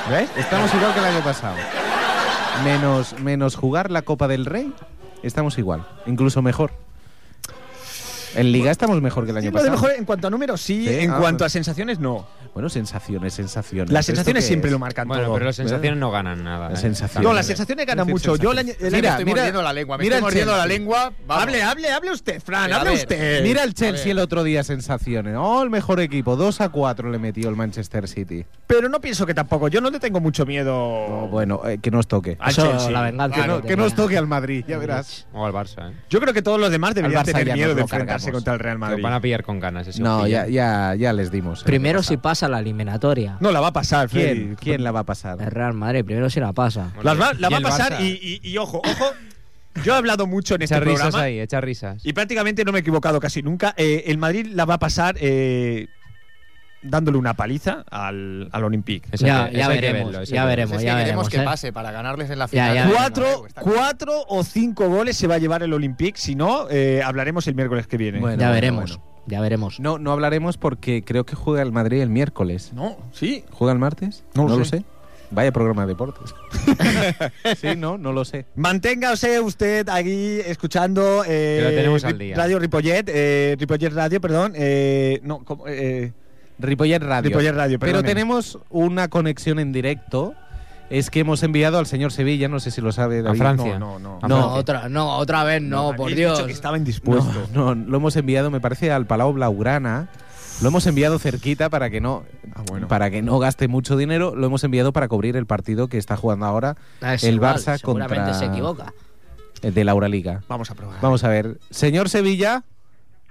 Speaker 1: ¿Ves?
Speaker 7: Estamos igual que el año pasado. Menos, menos jugar la Copa del Rey, estamos igual. Incluso mejor. En Liga estamos mejor que el
Speaker 1: Lo
Speaker 7: año
Speaker 1: de
Speaker 7: pasado.
Speaker 1: mejor en cuanto a números, sí.
Speaker 7: Sí,
Speaker 1: en
Speaker 7: ah,
Speaker 1: cuanto
Speaker 7: pues-
Speaker 1: a sensaciones, no.
Speaker 7: Bueno, sensaciones, sensaciones.
Speaker 1: Las
Speaker 7: ¿Esto
Speaker 1: sensaciones
Speaker 7: qué
Speaker 1: siempre
Speaker 7: es?
Speaker 1: lo marcan
Speaker 6: Bueno,
Speaker 1: todo.
Speaker 6: pero las sensaciones no ganan nada.
Speaker 7: Las
Speaker 6: ¿eh?
Speaker 7: sensaciones.
Speaker 1: No, las sensaciones ganan
Speaker 7: Decir
Speaker 1: mucho. Yo el año- el
Speaker 4: Mira,
Speaker 1: año-
Speaker 4: estoy
Speaker 7: mira,
Speaker 4: mordiendo la lengua. Me
Speaker 7: mira
Speaker 4: estoy
Speaker 7: el
Speaker 4: mordiendo
Speaker 7: Chelsea.
Speaker 4: la lengua. Vamos.
Speaker 1: Hable, hable, hable usted, Fran,
Speaker 4: A
Speaker 1: hable
Speaker 4: ver,
Speaker 1: usted.
Speaker 7: Mira el
Speaker 4: A
Speaker 7: Chelsea
Speaker 4: ver.
Speaker 7: el otro día, sensaciones. Oh, el mejor equipo. 2 a 4 le metió el Manchester City.
Speaker 1: Pero no pienso que tampoco. Yo no le tengo mucho miedo.
Speaker 7: Oh, bueno, eh, que nos toque.
Speaker 1: Al
Speaker 3: Eso,
Speaker 1: Chelsea.
Speaker 3: la venganza.
Speaker 7: que, no-
Speaker 3: que
Speaker 7: que nos
Speaker 3: tenía.
Speaker 7: toque al Madrid, ya verás.
Speaker 6: O al Barça, ¿eh?
Speaker 1: Yo creo que todos los demás deberían
Speaker 7: Barça ya
Speaker 1: tener miedo
Speaker 7: nos
Speaker 1: de
Speaker 7: lo
Speaker 1: enfrentarse
Speaker 7: cargamos.
Speaker 1: contra el Real
Speaker 6: Lo
Speaker 1: Madrid.
Speaker 6: van a pillar con ganas. ese ¿eh?
Speaker 7: No,
Speaker 6: pillan.
Speaker 7: ya, ya, ya les dimos.
Speaker 3: Primero si pasa la eliminatoria.
Speaker 1: No la va a pasar,
Speaker 7: ¿Quién,
Speaker 1: Freddy.
Speaker 7: quién la va a pasar?
Speaker 3: El Real Madrid, primero si la pasa.
Speaker 6: Bueno,
Speaker 1: La va,
Speaker 6: y
Speaker 1: la va a
Speaker 6: el
Speaker 1: pasar
Speaker 6: Barça.
Speaker 1: y, y- y ojo, ojo. Yo he hablado mucho en este
Speaker 6: Echa risas
Speaker 1: programa
Speaker 6: ahí, echa risas.
Speaker 1: y prácticamente no me he equivocado casi nunca. Eh, el Madrid la va a pasar eh, dándole una paliza al, al Olympique.
Speaker 6: Eso
Speaker 3: Ya-
Speaker 6: hay que-
Speaker 3: ya
Speaker 6: eso hay que
Speaker 3: veremos,
Speaker 6: verlo, eso
Speaker 3: ya
Speaker 6: hay que
Speaker 3: veremos.
Speaker 4: Es que
Speaker 3: ya
Speaker 4: queremos
Speaker 3: veremos,
Speaker 4: que
Speaker 3: ¿eh?
Speaker 4: pase para ganarles en la
Speaker 3: Ya,
Speaker 4: final.
Speaker 3: ya
Speaker 4: del
Speaker 3: veremos.
Speaker 1: Cuatro,
Speaker 4: Bernabéu, está claro.
Speaker 1: cuatro o cinco goles se va a llevar el Olympique. Si no, eh, hablaremos el miércoles que viene.
Speaker 7: Bueno,
Speaker 3: ya
Speaker 7: bueno,
Speaker 3: veremos,
Speaker 7: bueno.
Speaker 3: ya veremos.
Speaker 7: No, no hablaremos porque creo que juega el Madrid el miércoles.
Speaker 1: No, sí.
Speaker 7: ¿Juega el martes?
Speaker 1: No lo sé.
Speaker 7: Vaya programa de deportes. sí, no, no lo sé.
Speaker 1: Manténgase usted aquí escuchando eh,
Speaker 6: Que lo tenemos
Speaker 1: Ri-
Speaker 6: al día.
Speaker 1: Radio Ripollet, eh, Ripollet Radio, perdón. eh, no, ¿cómo? Eh,
Speaker 7: Ripollet Radio.
Speaker 1: Ripollet Radio,
Speaker 7: Pero
Speaker 1: perdone.
Speaker 7: tenemos una conexión en directo. Es que hemos enviado al señor Sevilla, no sé si lo sabe David.
Speaker 6: Francia.
Speaker 1: No, no, no.
Speaker 7: A
Speaker 3: No,
Speaker 7: Francia.
Speaker 3: otra, no, otra vez no, Oh, por
Speaker 1: Habéis dicho
Speaker 3: Dios.
Speaker 1: que estaba indispuesto.
Speaker 7: No, no, lo hemos enviado, me parece, al Palau Blaugrana. Lo hemos enviado cerquita para que no
Speaker 1: Ah,
Speaker 7: para que no gaste mucho dinero. Lo hemos enviado para cubrir el partido que está jugando ahora
Speaker 3: Ah, es
Speaker 7: el
Speaker 3: igual,
Speaker 7: Barça
Speaker 3: seguramente
Speaker 7: contra-
Speaker 3: se equivoca.
Speaker 7: eh, de la Euroliga.
Speaker 1: Vamos a probar.
Speaker 7: Vamos a ver, señor Sevilla,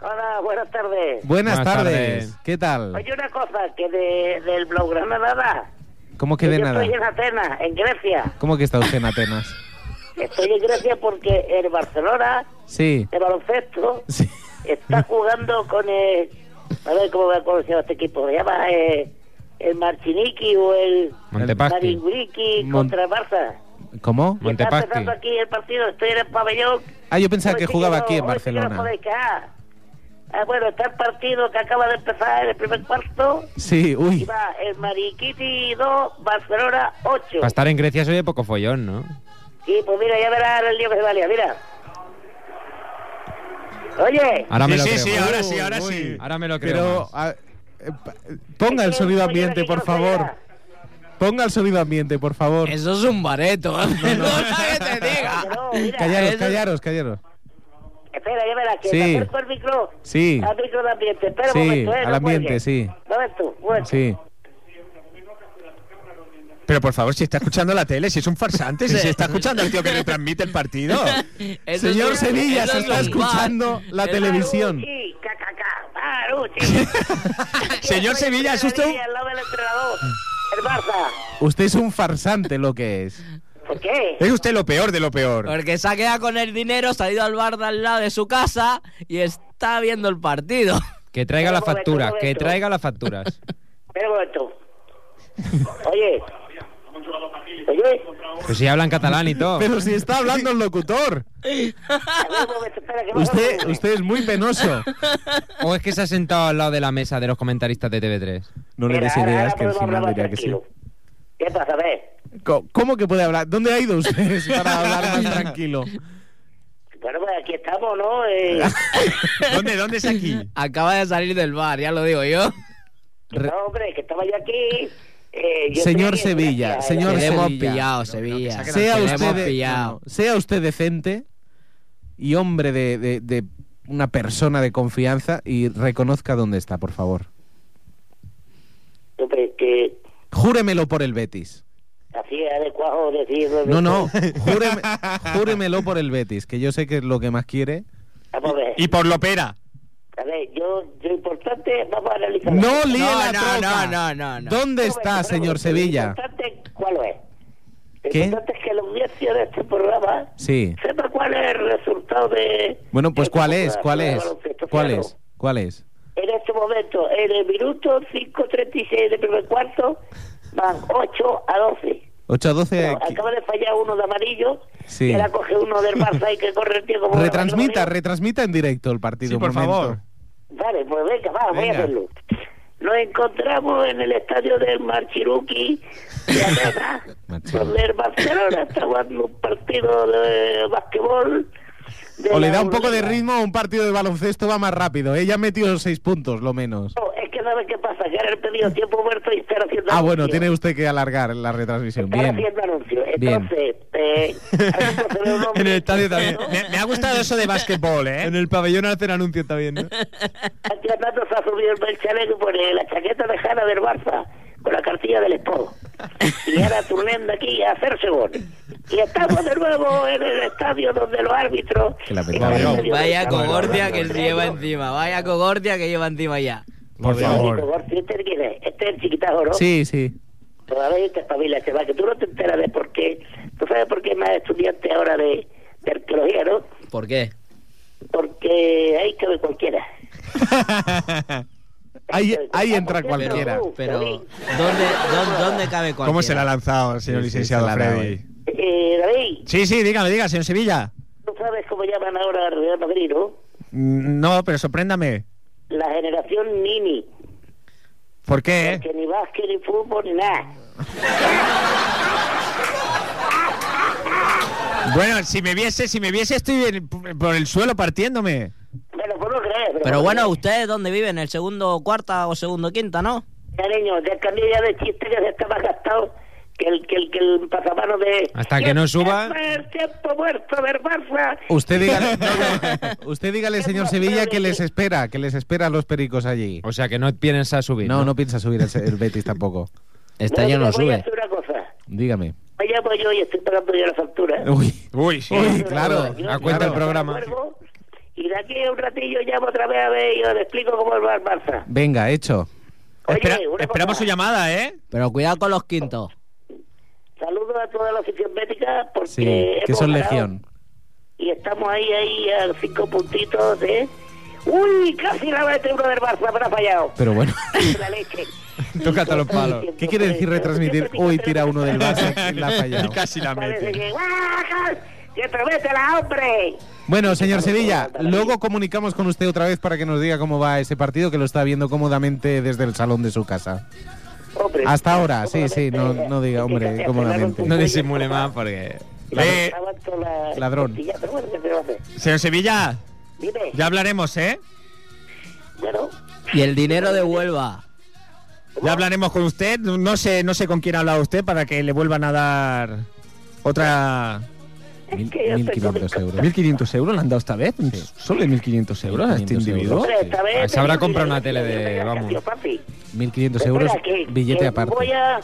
Speaker 8: Hola, buenas tardes.
Speaker 7: buenas,
Speaker 6: Buenas
Speaker 7: tardes.
Speaker 6: tardes.
Speaker 7: ¿Qué tal?
Speaker 8: Oye, una cosa, que de, del Blaugrana nada.
Speaker 7: ¿Cómo que
Speaker 8: Que
Speaker 7: de
Speaker 8: yo
Speaker 7: nada?
Speaker 8: estoy en Atenas, en Grecia.
Speaker 7: ¿Cómo que está usted en Atenas?
Speaker 8: Estoy en Grecia porque el Barcelona,
Speaker 7: Sí,
Speaker 8: de baloncesto,
Speaker 7: sí. Mm.
Speaker 8: está jugando con el... A ver cómo va a conocer este equipo. Se llama eh, el Marchiniki o el
Speaker 6: Montepaschi.
Speaker 8: Maringuriki
Speaker 7: Mon-
Speaker 8: contra el Barça.
Speaker 7: ¿Cómo?
Speaker 8: Que Está
Speaker 6: Montepaschi.
Speaker 8: empezando aquí el partido, estoy en el pabellón.
Speaker 7: Ah, yo pensaba
Speaker 8: Hoy
Speaker 7: que
Speaker 8: sí
Speaker 7: jugaba
Speaker 8: no-
Speaker 7: aquí en
Speaker 8: hoy sí que no
Speaker 7: Barcelona.
Speaker 8: podéis quedar. Ah, bueno, está el partido que acaba de empezar en el primer cuarto.
Speaker 7: Sí,
Speaker 8: Y
Speaker 7: uy.
Speaker 8: va el Mariquiti 2, Barcelona 8.
Speaker 6: Para estar en Grecia soy de poco follón, ¿no?
Speaker 8: Sí, pues mira, ya verás el lío que se valía, mira. Oye,
Speaker 6: Ahora me lo creo más.
Speaker 1: ahora sí, ahora sí.
Speaker 6: Ahora me lo creo
Speaker 7: Pero
Speaker 6: más.
Speaker 7: ah, eh, pa- ponga el sonido
Speaker 8: pues
Speaker 7: ambiente, por favor. Ponga el sonido ambiente, por favor.
Speaker 3: Eso es un bareto, perdona que te
Speaker 8: Que
Speaker 3: diga.
Speaker 8: no, mira,
Speaker 7: Ah, Callaros,
Speaker 8: eso-
Speaker 7: callaros, callaros.
Speaker 8: Espera, ya verás, que
Speaker 7: Sí.
Speaker 8: te acerco el micro.
Speaker 7: Sí.
Speaker 8: Al micro de ambiente, espera
Speaker 7: Sí,
Speaker 8: un momento. eh,
Speaker 7: al
Speaker 8: no
Speaker 7: ambiente,
Speaker 8: cuelgues.
Speaker 7: sí.
Speaker 8: No ves tú, bueno.
Speaker 7: Sí.
Speaker 1: Pero por favor, si está escuchando la tele, si es un farsante, si se está escuchando al tío que retransmite el partido.
Speaker 3: Eso es
Speaker 7: Señor
Speaker 3: un-
Speaker 7: Sevilla,
Speaker 3: eso
Speaker 7: se
Speaker 3: es
Speaker 7: está
Speaker 3: un
Speaker 7: escuchando
Speaker 3: bar.
Speaker 7: la
Speaker 3: Eso-
Speaker 7: televisión.
Speaker 8: Marucci, cacaca, Marucci.
Speaker 1: Señor
Speaker 8: Estoy
Speaker 1: Sevilla,
Speaker 8: en
Speaker 1: ¿es usted
Speaker 8: la
Speaker 1: un-
Speaker 8: línea, Al lado del entrenador, el Barça.
Speaker 7: Usted es un farsante lo que es.
Speaker 8: ¿Por qué?
Speaker 1: Es usted lo peor de lo peor.
Speaker 3: Porque se ha quedado con el dinero, se ha ido al bar de al lado de su casa y está viendo el partido.
Speaker 6: Que traiga
Speaker 8: Un
Speaker 6: la
Speaker 8: momento, un
Speaker 6: factura, que
Speaker 8: momento.
Speaker 6: traiga las facturas.
Speaker 8: Espera un momento. Oye. Oye.
Speaker 6: Pues si hablan catalán y todo.
Speaker 7: Pero si está hablando el locutor.
Speaker 8: a ver un momento, espera, que bajo el
Speaker 7: Usted,
Speaker 8: volumen.
Speaker 7: usted es muy penoso.
Speaker 6: O es que se ha sentado al lado de la mesa de los comentaristas de TV3.
Speaker 7: No le
Speaker 8: Espera,
Speaker 7: des
Speaker 8: ahora-
Speaker 7: ideas
Speaker 8: ahora
Speaker 7: que al
Speaker 8: podemos hablar
Speaker 7: final
Speaker 8: más
Speaker 7: diría que sí.
Speaker 8: tranquilo. ¿Qué pasa? A ver.
Speaker 7: Co- ¿Cómo que puede hablar? ¿Dónde ha ido usted para hablar más tranquilo?
Speaker 8: Bueno, pues aquí estamos, ¿no? Eh,
Speaker 1: ¿Dónde, dónde es aquí?
Speaker 3: Acaba de salir del bar, ya lo digo yo.
Speaker 8: que no, hombre, que estaba yo aquí. eh, yo
Speaker 7: Señor
Speaker 8: estoy aquí en
Speaker 7: Sevilla,
Speaker 8: Gracia,
Speaker 7: señor
Speaker 8: gracias.
Speaker 3: Te hemos
Speaker 7: Sevilla.
Speaker 3: pillado, Sevilla.
Speaker 7: Sea
Speaker 3: Te
Speaker 7: usted,
Speaker 3: hemos
Speaker 7: de-
Speaker 3: pillado.
Speaker 7: no, sea usted decente y hombre de, de- de una persona de confianza y reconozca dónde está, por favor.
Speaker 8: Hombre, que
Speaker 7: Júremelo por el Betis.
Speaker 8: así es adecuado decirlo.
Speaker 7: No, no, júreme- júremelo por el Betis, que yo sé que es lo que más quiere.
Speaker 8: Vamos a ver.
Speaker 1: Y por lo pera.
Speaker 8: A ver, yo, lo importante, vamos a analizar.
Speaker 7: No líe
Speaker 3: No,
Speaker 7: la
Speaker 3: no,
Speaker 7: troca.
Speaker 3: no, no, no.
Speaker 7: ¿Dónde está, señor Sevilla?
Speaker 8: Lo importante, ¿cuál es? Lo
Speaker 7: ¿Qué?
Speaker 8: importante es que la audiencia de este programa
Speaker 7: Sí.
Speaker 8: sepa cuál es el resultado de.
Speaker 7: Bueno, pues
Speaker 8: de
Speaker 7: ¿cuál
Speaker 8: esta
Speaker 7: es? ¿Cuál
Speaker 8: jornada
Speaker 7: es?
Speaker 8: de baloncesto.
Speaker 7: ¿Cuál
Speaker 8: Claro,
Speaker 7: es? ¿Cuál es?
Speaker 8: En este momento, en el minuto 5.36 del primer cuarto, van 8 a 12.
Speaker 7: 8 a 12.
Speaker 8: Pero acaba de fallar uno de amarillo.
Speaker 7: Sí.
Speaker 8: Y ahora coge uno del Barça y que corre el tío como.
Speaker 7: Retransmita,
Speaker 8: Vale,
Speaker 7: retransmita en directo el partido.
Speaker 1: Sí, por
Speaker 7: un momento.
Speaker 1: favor.
Speaker 8: Vale, pues venga, va, voy a
Speaker 7: Venga.
Speaker 8: hacerlo. Nos encontramos en el estadio del Marchiruki de Atenas,
Speaker 7: Marchiruki.
Speaker 8: donde el Barcelona está jugando un partido de basquetbol de
Speaker 7: O le
Speaker 8: la
Speaker 7: da un poco de
Speaker 8: Euroliga.
Speaker 7: ritmo, un partido de baloncesto va más rápido. Ella ha metido seis puntos, lo menos.
Speaker 8: No, es que sabes qué pasa, que ahora he pedido tiempo muerto y estar haciendo
Speaker 7: Ah, bueno,
Speaker 8: anuncios.
Speaker 7: tiene usted que alargar la retransmisión.
Speaker 8: Estar
Speaker 7: Bien.
Speaker 8: haciendo anuncios.
Speaker 7: Bien.
Speaker 8: Entonces, eh, ahora mismo se ve un hombre
Speaker 1: En el estadio también.
Speaker 8: ¿no?
Speaker 1: Me, me ha gustado eso de básquetbol, ¿eh?
Speaker 2: En el pabellón hacen anuncio también, ¿no?
Speaker 8: Aquí andando se ha subido el bel chaleco por eh, la chaqueta lejana del Barça con la cartilla del Expo. Y ahora turnando aquí a hacerse gol. Y estamos de nuevo en el estadio donde los árbitros.
Speaker 7: Qué lamentable.
Speaker 8: están en medio
Speaker 3: Vaya
Speaker 8: del
Speaker 3: cogordia
Speaker 8: campo.
Speaker 3: que se lleva encima, vaya cogordia que lleva encima ya.
Speaker 1: Por
Speaker 8: Sí,
Speaker 1: favor.
Speaker 8: cogordia, ¿Este quién es? Este es el chiquitajo, ¿no?
Speaker 7: Sí, sí.
Speaker 8: Todavía te espabila, se va, que tú no te enteras de por qué. Tú sabes por qué hay más estudiante ahora de, de arqueología, ¿no?
Speaker 3: ¿Por qué?
Speaker 8: Porque ahí cabe cualquiera.
Speaker 7: Ahí, ahí entra
Speaker 8: Pero-
Speaker 7: cualquiera.
Speaker 3: Pero, ¿dónde, dónde, dónde cabe cualquiera?
Speaker 1: ¿Cómo se la ha lanzado, señor
Speaker 7: Sí, sí,
Speaker 1: licenciado
Speaker 7: se la ha dado
Speaker 1: Freddy?
Speaker 7: ahí.
Speaker 8: Eh, David,
Speaker 1: Sí, sí, dígame, dígame, señor Sevilla.
Speaker 8: tú sabes cómo llaman ahora al Real Madrid, ¿no?
Speaker 1: Mm, No, pero sorpréndame.
Speaker 8: La generación Nini.
Speaker 1: ¿Por
Speaker 6: Eh.
Speaker 1: qué?
Speaker 8: Porque ni básquet, ni fútbol, ni nada.
Speaker 1: Bueno, si me viese, si me viese, estoy en- por el suelo partiéndome.
Speaker 8: Bueno, pues no crees.
Speaker 3: Pero bueno, ¿ustedes dónde viven? ¿El segundo cuarta o segundo quinta, no?
Speaker 8: Ya, niño, ya cambié ya de chiste que se está más gastado que el, que el, que el pasapano de...
Speaker 6: Hasta que no suba.
Speaker 8: Siempre El tiempo muerto del Barça.
Speaker 7: Usted dígale, no, no. usted dígale, señor Sevilla, que les espera, que les espera a los pericos allí.
Speaker 6: O sea que no piensas subir.
Speaker 7: No, no piensa subir el, el Betis tampoco.
Speaker 3: Este año
Speaker 8: Bueno,
Speaker 3: no
Speaker 8: te Voy a
Speaker 3: sube.
Speaker 8: hacer una cosa.
Speaker 7: Dígame.
Speaker 8: Me llamo yo y estoy pagando yo la factura.
Speaker 7: Uy.
Speaker 1: Uy,
Speaker 7: Uy, claro.
Speaker 8: Yo-
Speaker 6: a cuenta
Speaker 8: yo-
Speaker 6: el programa.
Speaker 8: vuelvo Y de aquí a un ratillo llamo otra vez a ver y os explico cómo va el Barça.
Speaker 7: Venga, hecho.
Speaker 8: Oye,
Speaker 1: Espera-
Speaker 8: una
Speaker 1: esperamos
Speaker 8: cosa.
Speaker 1: su llamada, ¿eh?
Speaker 3: Pero cuidado con los quintos.
Speaker 8: Saludos a toda la afición bética porque
Speaker 7: Sí, que
Speaker 8: Eh, hemos
Speaker 7: son
Speaker 8: ganado
Speaker 7: legión.
Speaker 8: Y estamos ahí, ahí a cinco puntitos de... Uy, casi la mete uno del Barça, pero ha fallado.
Speaker 7: Pero bueno.
Speaker 8: La leche.
Speaker 2: Tócate los palos.
Speaker 7: ¿Qué quiere decir retransmitir? Uy, tira uno del Barça. La ha fallado.
Speaker 1: Casi la
Speaker 8: Parece
Speaker 1: mete.
Speaker 8: que... ¡guau! ¡Que te mete la hombre!
Speaker 7: Bueno, señor Sevilla, luego comunicamos con usted otra vez para que nos diga cómo va ese partido que lo está viendo cómodamente desde el salón de su casa.
Speaker 8: Hombre,
Speaker 7: Hasta ahora, sí, sí, no-
Speaker 8: cómodamente,
Speaker 7: no diga,
Speaker 8: eh,
Speaker 7: hombre,
Speaker 8: que se
Speaker 7: cómodamente.
Speaker 8: arreglaron
Speaker 6: No
Speaker 8: con
Speaker 6: disimule
Speaker 8: ellos,
Speaker 6: más porque.
Speaker 1: Eh,
Speaker 8: estaban con la-
Speaker 7: Ladrón.
Speaker 8: costilla, pero bueno, ¿qué se va a hacer?
Speaker 1: señor Sevilla,
Speaker 8: Dime.
Speaker 1: ya hablaremos, ¿eh?
Speaker 8: Bueno,
Speaker 3: Y el dinero de Huelva.
Speaker 1: Ya hablaremos con usted. No sé, no sé con quién ha hablado usted para que le vuelvan a dar otra.
Speaker 8: es
Speaker 7: Mil-
Speaker 8: que yo estoy
Speaker 7: 1.500 euros.
Speaker 1: 1.500 euros le han dado esta vez. Solo 1.500 euros a este
Speaker 7: 1.500
Speaker 1: individuo.
Speaker 7: euros.
Speaker 8: Hombre, esta vez
Speaker 6: Ah, se habrá
Speaker 8: tengo
Speaker 6: comprado
Speaker 8: que
Speaker 6: una
Speaker 8: ir
Speaker 6: tele de-
Speaker 8: a la
Speaker 6: vamos.
Speaker 8: radio, papi.
Speaker 7: 1.500 euros,
Speaker 8: Espera, que-
Speaker 7: billete
Speaker 8: que
Speaker 7: aparte.
Speaker 8: Voy a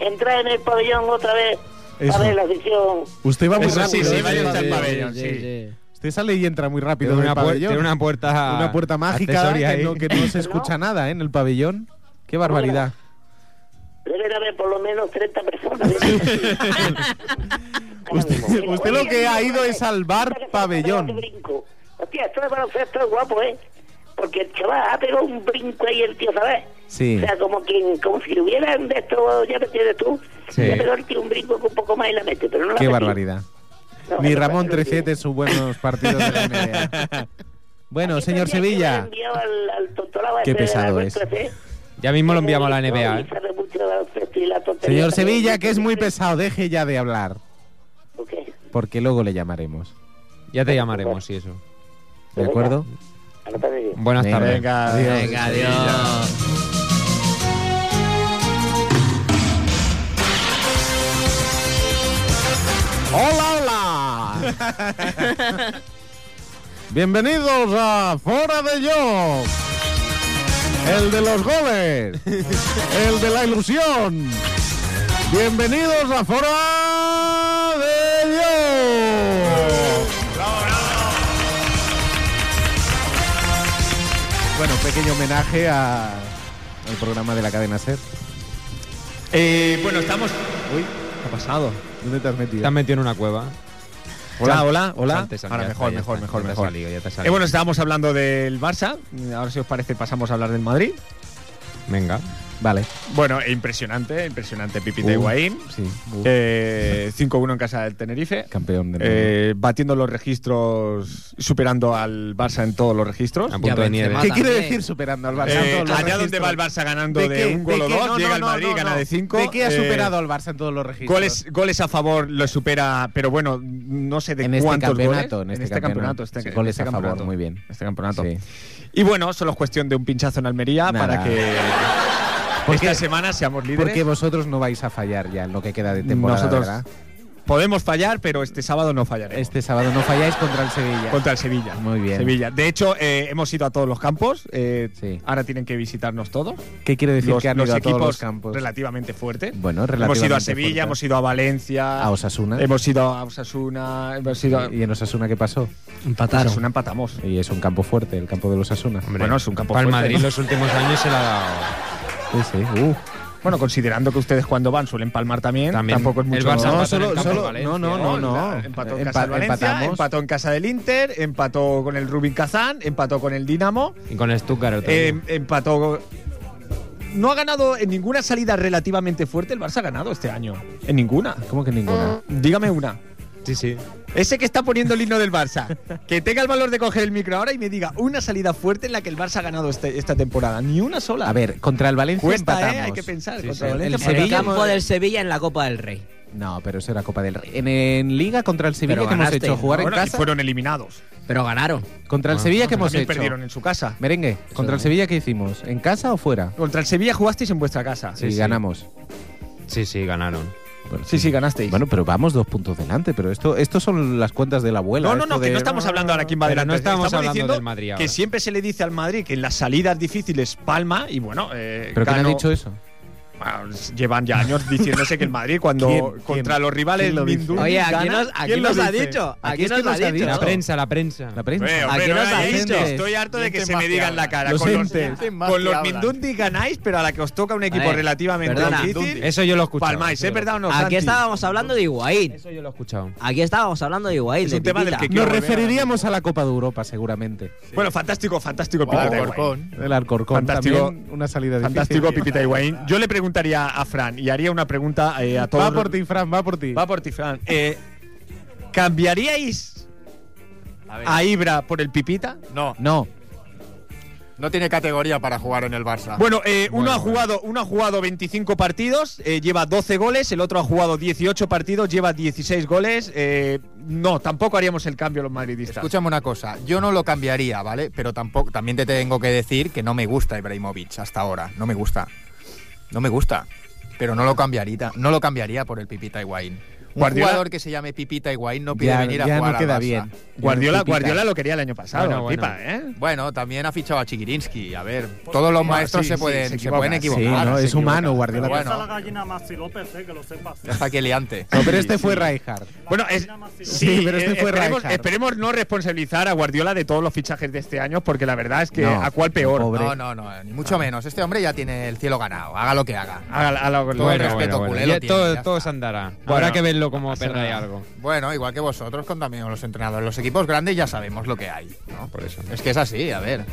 Speaker 8: entrar en el pabellón otra vez
Speaker 7: Eso.
Speaker 8: a ver la afición.
Speaker 7: Usted va muy
Speaker 1: Eso sí,
Speaker 7: rápido.
Speaker 1: sí,
Speaker 7: ¿eh?
Speaker 1: vaya usted al
Speaker 6: sí,
Speaker 1: pabellón, sí.
Speaker 7: Usted sale y entra muy rápido.
Speaker 6: Tiene
Speaker 7: en el
Speaker 6: una, puer-
Speaker 7: pabellón.
Speaker 6: tiene una puerta.
Speaker 7: Una puerta mágica
Speaker 6: accesoria
Speaker 7: que
Speaker 6: ahí.
Speaker 7: no, que no se escucha nada ¿eh? en el pabellón. Qué barbaridad.
Speaker 8: Deben haber por lo menos 30 personas. Ahora mismo.
Speaker 7: Usted- usted lo
Speaker 8: Oye,
Speaker 7: que ha
Speaker 8: mira,
Speaker 7: ido es al bar
Speaker 8: mira que se me
Speaker 7: pabellón.
Speaker 8: ha pegado este brinco. Hostia, esto de baloncesto es guapo, ¿eh? Porque el chaval ha pegado un brinco ahí el tío, ¿sabes?
Speaker 7: Sí.
Speaker 8: O sea, como, que, como si hubieran de esto, ya me entiendes tú.
Speaker 6: Sí.
Speaker 8: Ya pegó el tío un brinco que un poco más y la mete, pero no la
Speaker 7: Qué
Speaker 8: metí.
Speaker 7: barbaridad.
Speaker 8: No,
Speaker 7: Ni
Speaker 8: no,
Speaker 7: Ramón
Speaker 8: no, no, no,
Speaker 7: Trecete
Speaker 8: no.
Speaker 7: en sus buenos partidos de la NBA. Bueno,
Speaker 8: Aquí
Speaker 7: señor Sevilla.
Speaker 8: tendría Este que haber enviado al- al tontolado
Speaker 7: Qué
Speaker 8: ese de la
Speaker 7: pesado
Speaker 8: Alberto
Speaker 7: es.
Speaker 8: ese.
Speaker 6: Ya mismo lo enviamos a la
Speaker 8: No,
Speaker 6: NBA.
Speaker 8: y
Speaker 6: ¿eh?
Speaker 8: sabe mucho de baloncesto y la tontería
Speaker 7: Señor
Speaker 8: también.
Speaker 7: Sevilla, que es muy pesado, deje ya de hablar,
Speaker 8: Ok.
Speaker 7: porque luego le llamaremos.
Speaker 6: Ya te llamaremos y eso.
Speaker 7: ¿De acuerdo?
Speaker 8: Anótame bien.
Speaker 6: Buenas
Speaker 7: Venga.
Speaker 6: tardes.
Speaker 1: Venga,
Speaker 3: Venga, adiós.
Speaker 7: ¡Hola, hola! Bienvenidos a Fora de Yo, el de los goles, el de la ilusión. Bienvenidos a Fora de Yo. Bueno, pequeño homenaje a-
Speaker 5: Ah,
Speaker 7: al programa de la cadena SER.
Speaker 1: Eh, bueno, estamos.
Speaker 7: Uy,
Speaker 1: ¿Qué ha pasado?
Speaker 7: ¿dónde te has metido?
Speaker 6: Te has metido en una cueva.
Speaker 1: Hola, hola, hola.
Speaker 6: Antes,
Speaker 1: Ahora
Speaker 6: ya
Speaker 1: mejor,
Speaker 6: está, ya
Speaker 1: mejor,
Speaker 6: está.
Speaker 1: mejor,
Speaker 6: Ya te has
Speaker 1: mejor.
Speaker 6: salido, ya te has
Speaker 1: Eh,
Speaker 6: salido.
Speaker 1: bueno, estábamos hablando del Barça. Ahora, si os parece, pasamos a hablar del Madrid.
Speaker 6: Venga.
Speaker 7: Vale.
Speaker 1: Bueno, e impresionante, impresionante Pipita
Speaker 7: Uh,
Speaker 1: Higuaín.
Speaker 7: Sí. uh,
Speaker 1: Eh, 5-1 en casa del Tenerife.
Speaker 5: Campeón del
Speaker 1: Eh, batiendo los registros, superando al Barça en todos los registros.
Speaker 6: A punto de nieve.
Speaker 7: ¿Qué
Speaker 3: Mata,
Speaker 7: quiere
Speaker 3: eh.
Speaker 7: decir superando al Barça?
Speaker 1: Eh,
Speaker 7: en todos los
Speaker 1: allá donde
Speaker 7: registros?
Speaker 1: va el Barça ganando de,
Speaker 7: qué?
Speaker 1: un gol o
Speaker 7: qué?
Speaker 1: dos,
Speaker 7: No,
Speaker 1: llega el
Speaker 7: no, no,
Speaker 1: Madrid,
Speaker 7: no,
Speaker 1: gana
Speaker 7: no.
Speaker 1: de cinco.
Speaker 7: ¿De qué ha
Speaker 1: Eh,
Speaker 7: superado al Barça en todos los registros?
Speaker 1: Goles, goles a favor lo supera, pero bueno, no sé de
Speaker 7: En este
Speaker 1: cuántos
Speaker 7: campeonato,
Speaker 1: goles.
Speaker 7: en este campeonato.
Speaker 1: este-
Speaker 7: Sí,
Speaker 1: en
Speaker 7: goles
Speaker 1: este
Speaker 7: a favor,
Speaker 1: campeonato.
Speaker 7: muy bien.
Speaker 1: Este campeonato.
Speaker 7: Sí.
Speaker 1: Y bueno, solo es cuestión de un pinchazo en Almería
Speaker 7: Nada.
Speaker 1: para que
Speaker 7: Porque-
Speaker 1: esta semana seamos líderes.
Speaker 7: Porque vosotros no vais a fallar ya en lo que queda de temporada,
Speaker 1: Nosotros
Speaker 7: ¿verdad?
Speaker 1: podemos fallar, pero este sábado no fallaremos.
Speaker 7: Este sábado no falláis contra el Sevilla.
Speaker 1: Contra el Sevilla.
Speaker 7: Muy bien.
Speaker 1: Sevilla. De hecho, eh, hemos ido a todos los campos. eh,
Speaker 7: Sí.
Speaker 1: Ahora tienen que visitarnos todos.
Speaker 7: ¿Qué quiere decir
Speaker 1: los,
Speaker 7: que han
Speaker 1: los
Speaker 7: ido a
Speaker 1: equipos
Speaker 7: todos los campos?
Speaker 1: relativamente fuertes.
Speaker 7: Bueno, relativamente
Speaker 1: Hemos ido a Sevilla,
Speaker 7: fuertes.
Speaker 1: hemos ido a Valencia,
Speaker 7: A Osasuna.
Speaker 1: hemos ido a Osasuna, hemos ido a
Speaker 7: ¿Y en Osasuna qué pasó?
Speaker 3: Empataron.
Speaker 1: Osasuna empatamos.
Speaker 7: Y es un campo fuerte, el campo de los Osasuna.
Speaker 6: Hombre,
Speaker 1: Bueno, es un campo
Speaker 6: Para el
Speaker 1: fuerte,
Speaker 6: Madrid
Speaker 1: ¿no?
Speaker 6: los últimos años se la ha dado.
Speaker 7: Sí, sí. Uh.
Speaker 1: Bueno, considerando que ustedes cuando van suelen palmar también,
Speaker 6: También.
Speaker 1: tampoco es
Speaker 6: El
Speaker 1: mucho.
Speaker 6: Barça
Speaker 1: No,
Speaker 6: empató en
Speaker 1: solo-
Speaker 6: el campo
Speaker 1: solo-
Speaker 6: de Valencia.
Speaker 7: no, no, no, no.
Speaker 1: Empató en
Speaker 7: Empa-
Speaker 1: casa del Valencia,
Speaker 7: empatamos.
Speaker 1: empató en casa del Inter, empató con el Rubin Kazán, empató con el Dinamo,
Speaker 6: Y con el Stuttgart otro
Speaker 1: eh,
Speaker 6: día.
Speaker 1: empató. No ha ganado en ninguna salida relativamente fuerte. El Barça ha ganado este año. En ninguna.
Speaker 7: ¿Cómo que
Speaker 1: Ah.
Speaker 7: ninguna?
Speaker 1: Dígame una.
Speaker 6: Sí, sí.
Speaker 1: Ese que está poniendo el himno del Barça, que tenga el valor de coger el micro ahora y me diga una salida fuerte en la que el Barça ha ganado este- esta temporada. Ni una sola.
Speaker 7: A ver, contra el Valencia
Speaker 1: cuesta, ¿eh?
Speaker 7: empatamos.
Speaker 1: Hay que pensar. Este
Speaker 6: Sí,
Speaker 1: contra
Speaker 6: sí.
Speaker 1: Valencia
Speaker 7: El
Speaker 3: El
Speaker 1: empatamos.
Speaker 7: Sevilla-
Speaker 3: campo del Sevilla en la Copa del Rey.
Speaker 7: No, pero eso era Copa del Rey. En, en Liga contra el Sevilla
Speaker 3: Pero
Speaker 7: que hemos
Speaker 3: ganaste,
Speaker 7: hecho jugar en
Speaker 1: Bueno, y
Speaker 7: casa.
Speaker 1: fueron eliminados.
Speaker 3: Pero ganaron.
Speaker 7: Contra el Sevilla que hemos
Speaker 1: También
Speaker 7: hecho.
Speaker 1: perdieron en su casa.
Speaker 7: Merengue, contra el Sevilla qué hicimos? ¿En casa o fuera?
Speaker 1: Contra el Sevilla jugasteis en vuestra casa.
Speaker 7: y
Speaker 6: sí.
Speaker 7: ganamos.
Speaker 6: Sí, sí, ganaron.
Speaker 1: Sí, sí, ganasteis.
Speaker 7: Bueno, pero vamos dos puntos delante, pero esto, esto son las cuentas de la abuela.
Speaker 1: no, no,
Speaker 7: esto
Speaker 1: no, que
Speaker 7: de- Ah.
Speaker 1: no estamos hablando ahora quién va
Speaker 6: Pero
Speaker 1: adelante.
Speaker 6: no estamos hablando
Speaker 1: diciendo
Speaker 6: del Madrid ahora.
Speaker 1: Que siempre se le dice al Madrid que en las salidas difíciles palma y bueno. Eh,
Speaker 7: ¿Pero quién ha
Speaker 1: Cano-
Speaker 7: dicho eso?
Speaker 1: Bueno, llevan ya años diciéndose que el Madrid cuando
Speaker 7: ¿Quién? ¿Quién?
Speaker 1: contra los rivales
Speaker 7: ¿Quién lo dice?
Speaker 1: Mindundi
Speaker 3: Oye, aquí
Speaker 1: gana,
Speaker 3: nos, aquí
Speaker 1: ¿quién lo
Speaker 3: nos ha
Speaker 1: dice?
Speaker 3: dicho.
Speaker 7: Aquí
Speaker 3: Aquí
Speaker 7: es que
Speaker 3: nos
Speaker 7: nos
Speaker 3: ha
Speaker 7: ha
Speaker 3: dicho.
Speaker 7: dicho.
Speaker 6: La prensa, la prensa.
Speaker 7: La prensa.
Speaker 1: Hombre,
Speaker 3: Aquí
Speaker 1: hombre,
Speaker 3: nos
Speaker 1: ahora
Speaker 3: ha
Speaker 1: ya
Speaker 3: dicho.
Speaker 1: dicho, Estoy harto de que se me digan la cara.
Speaker 7: Los
Speaker 1: con los,
Speaker 7: entes.
Speaker 1: con los Mindundi ganáis, pero a la que os toca un equipo
Speaker 3: Vale.
Speaker 1: relativamente
Speaker 3: Perdona.
Speaker 1: difícil,
Speaker 6: Eso yo lo he escuchado.
Speaker 1: palmáis,
Speaker 6: eso
Speaker 1: ¿es
Speaker 6: yo
Speaker 1: verdad o no?
Speaker 3: Aquí
Speaker 1: Santi?
Speaker 3: estábamos hablando de Higuaín.
Speaker 6: lo- Eso yo lo he escuchado.
Speaker 3: Aquí estábamos hablando de Higuaín.
Speaker 1: Es
Speaker 3: de
Speaker 1: un tema del
Speaker 3: Pipita.
Speaker 1: que
Speaker 7: Nos
Speaker 1: quiero volver a-
Speaker 7: referiríamos a la Copa de Europa, seguramente.
Speaker 1: Bueno, fantástico, fantástico Pipita Higuaín.
Speaker 7: El Alcorcón
Speaker 1: Fantástico.
Speaker 7: también, una salida
Speaker 1: Fantástico
Speaker 7: difícil.
Speaker 1: Pipita Higuaín. Yo le preguntaría a Fran y haría una pregunta eh, a todos.
Speaker 7: Va por ti, Fran, va por ti.
Speaker 1: Va por ti, Fran. Eh, ¿Cambiaríais a, Ibra por el Pipita?
Speaker 4: No,
Speaker 7: No,
Speaker 4: no tiene categoría para jugar en el Barça.
Speaker 1: Bueno, eh, uno, ha jugado, uno ha jugado 25 partidos, eh, lleva 12 goles, el otro ha jugado 18 partidos, lleva 16 goles. eh, no, tampoco haríamos el cambio los madridistas.
Speaker 4: Escúchame una cosa, yo no lo cambiaría, ¿vale? Pero tampoco, también te tengo que decir que no me gusta Ibrahimovic hasta ahora, no me gusta, no me gusta, pero no lo cambiaría, no lo cambiaría por el Pipita Higuaín. Un
Speaker 1: Guardiola-
Speaker 4: jugador que se llame Pipita Higuaín no pide
Speaker 7: ya,
Speaker 4: venir a
Speaker 7: ya
Speaker 4: jugar
Speaker 7: no
Speaker 4: al
Speaker 7: queda
Speaker 4: Barça.
Speaker 7: bien.
Speaker 1: Guardiola,
Speaker 7: Pipita.
Speaker 1: Guardiola lo quería el año pasado,
Speaker 6: Bueno, bueno.
Speaker 1: Pipa, ¿eh?
Speaker 4: Bueno, también ha fichado a Chigirinsky, a ver, todos los maestros
Speaker 1: sí,
Speaker 4: se
Speaker 1: sí,
Speaker 4: pueden,
Speaker 1: se
Speaker 4: se,
Speaker 1: equivoca,
Speaker 4: pueden
Speaker 1: sí,
Speaker 4: equivocar.
Speaker 7: Sí, no,
Speaker 1: se
Speaker 7: es humano
Speaker 1: equivoca.
Speaker 7: Guardiola.
Speaker 4: Pero
Speaker 7: Pero,
Speaker 4: bueno.
Speaker 9: Esa es la gallina Maxi López, eh, que lo sepas.
Speaker 4: Deja que liante.
Speaker 7: este fue Rijkaard.
Speaker 1: Bueno, es-
Speaker 7: Sí, pero este
Speaker 1: Eh,
Speaker 7: fue
Speaker 1: esperemos,
Speaker 7: Rijkaard.
Speaker 1: esperemos no responsabilizar a Guardiola de todos los fichajes de este año, porque la verdad es que
Speaker 7: No,
Speaker 1: a cuál peor.
Speaker 7: pobre.
Speaker 4: No, no, no, ni mucho menos. Este hombre ya tiene el cielo ganado, haga lo que haga.
Speaker 1: A la- a la-
Speaker 4: Todo el respeto, culé, lo
Speaker 6: Ya
Speaker 4: tiene,
Speaker 6: todo,
Speaker 4: ya
Speaker 6: todo
Speaker 4: está.
Speaker 6: se andará.
Speaker 1: Bueno,
Speaker 6: Habrá que verlo como
Speaker 1: pasa
Speaker 6: perdáis
Speaker 1: nada.
Speaker 6: algo.
Speaker 4: Bueno, igual que vosotros con también los entrenadores. Los equipos grandes ya sabemos lo que hay, ¿no?
Speaker 6: Por eso.
Speaker 4: Es que es así, a ver.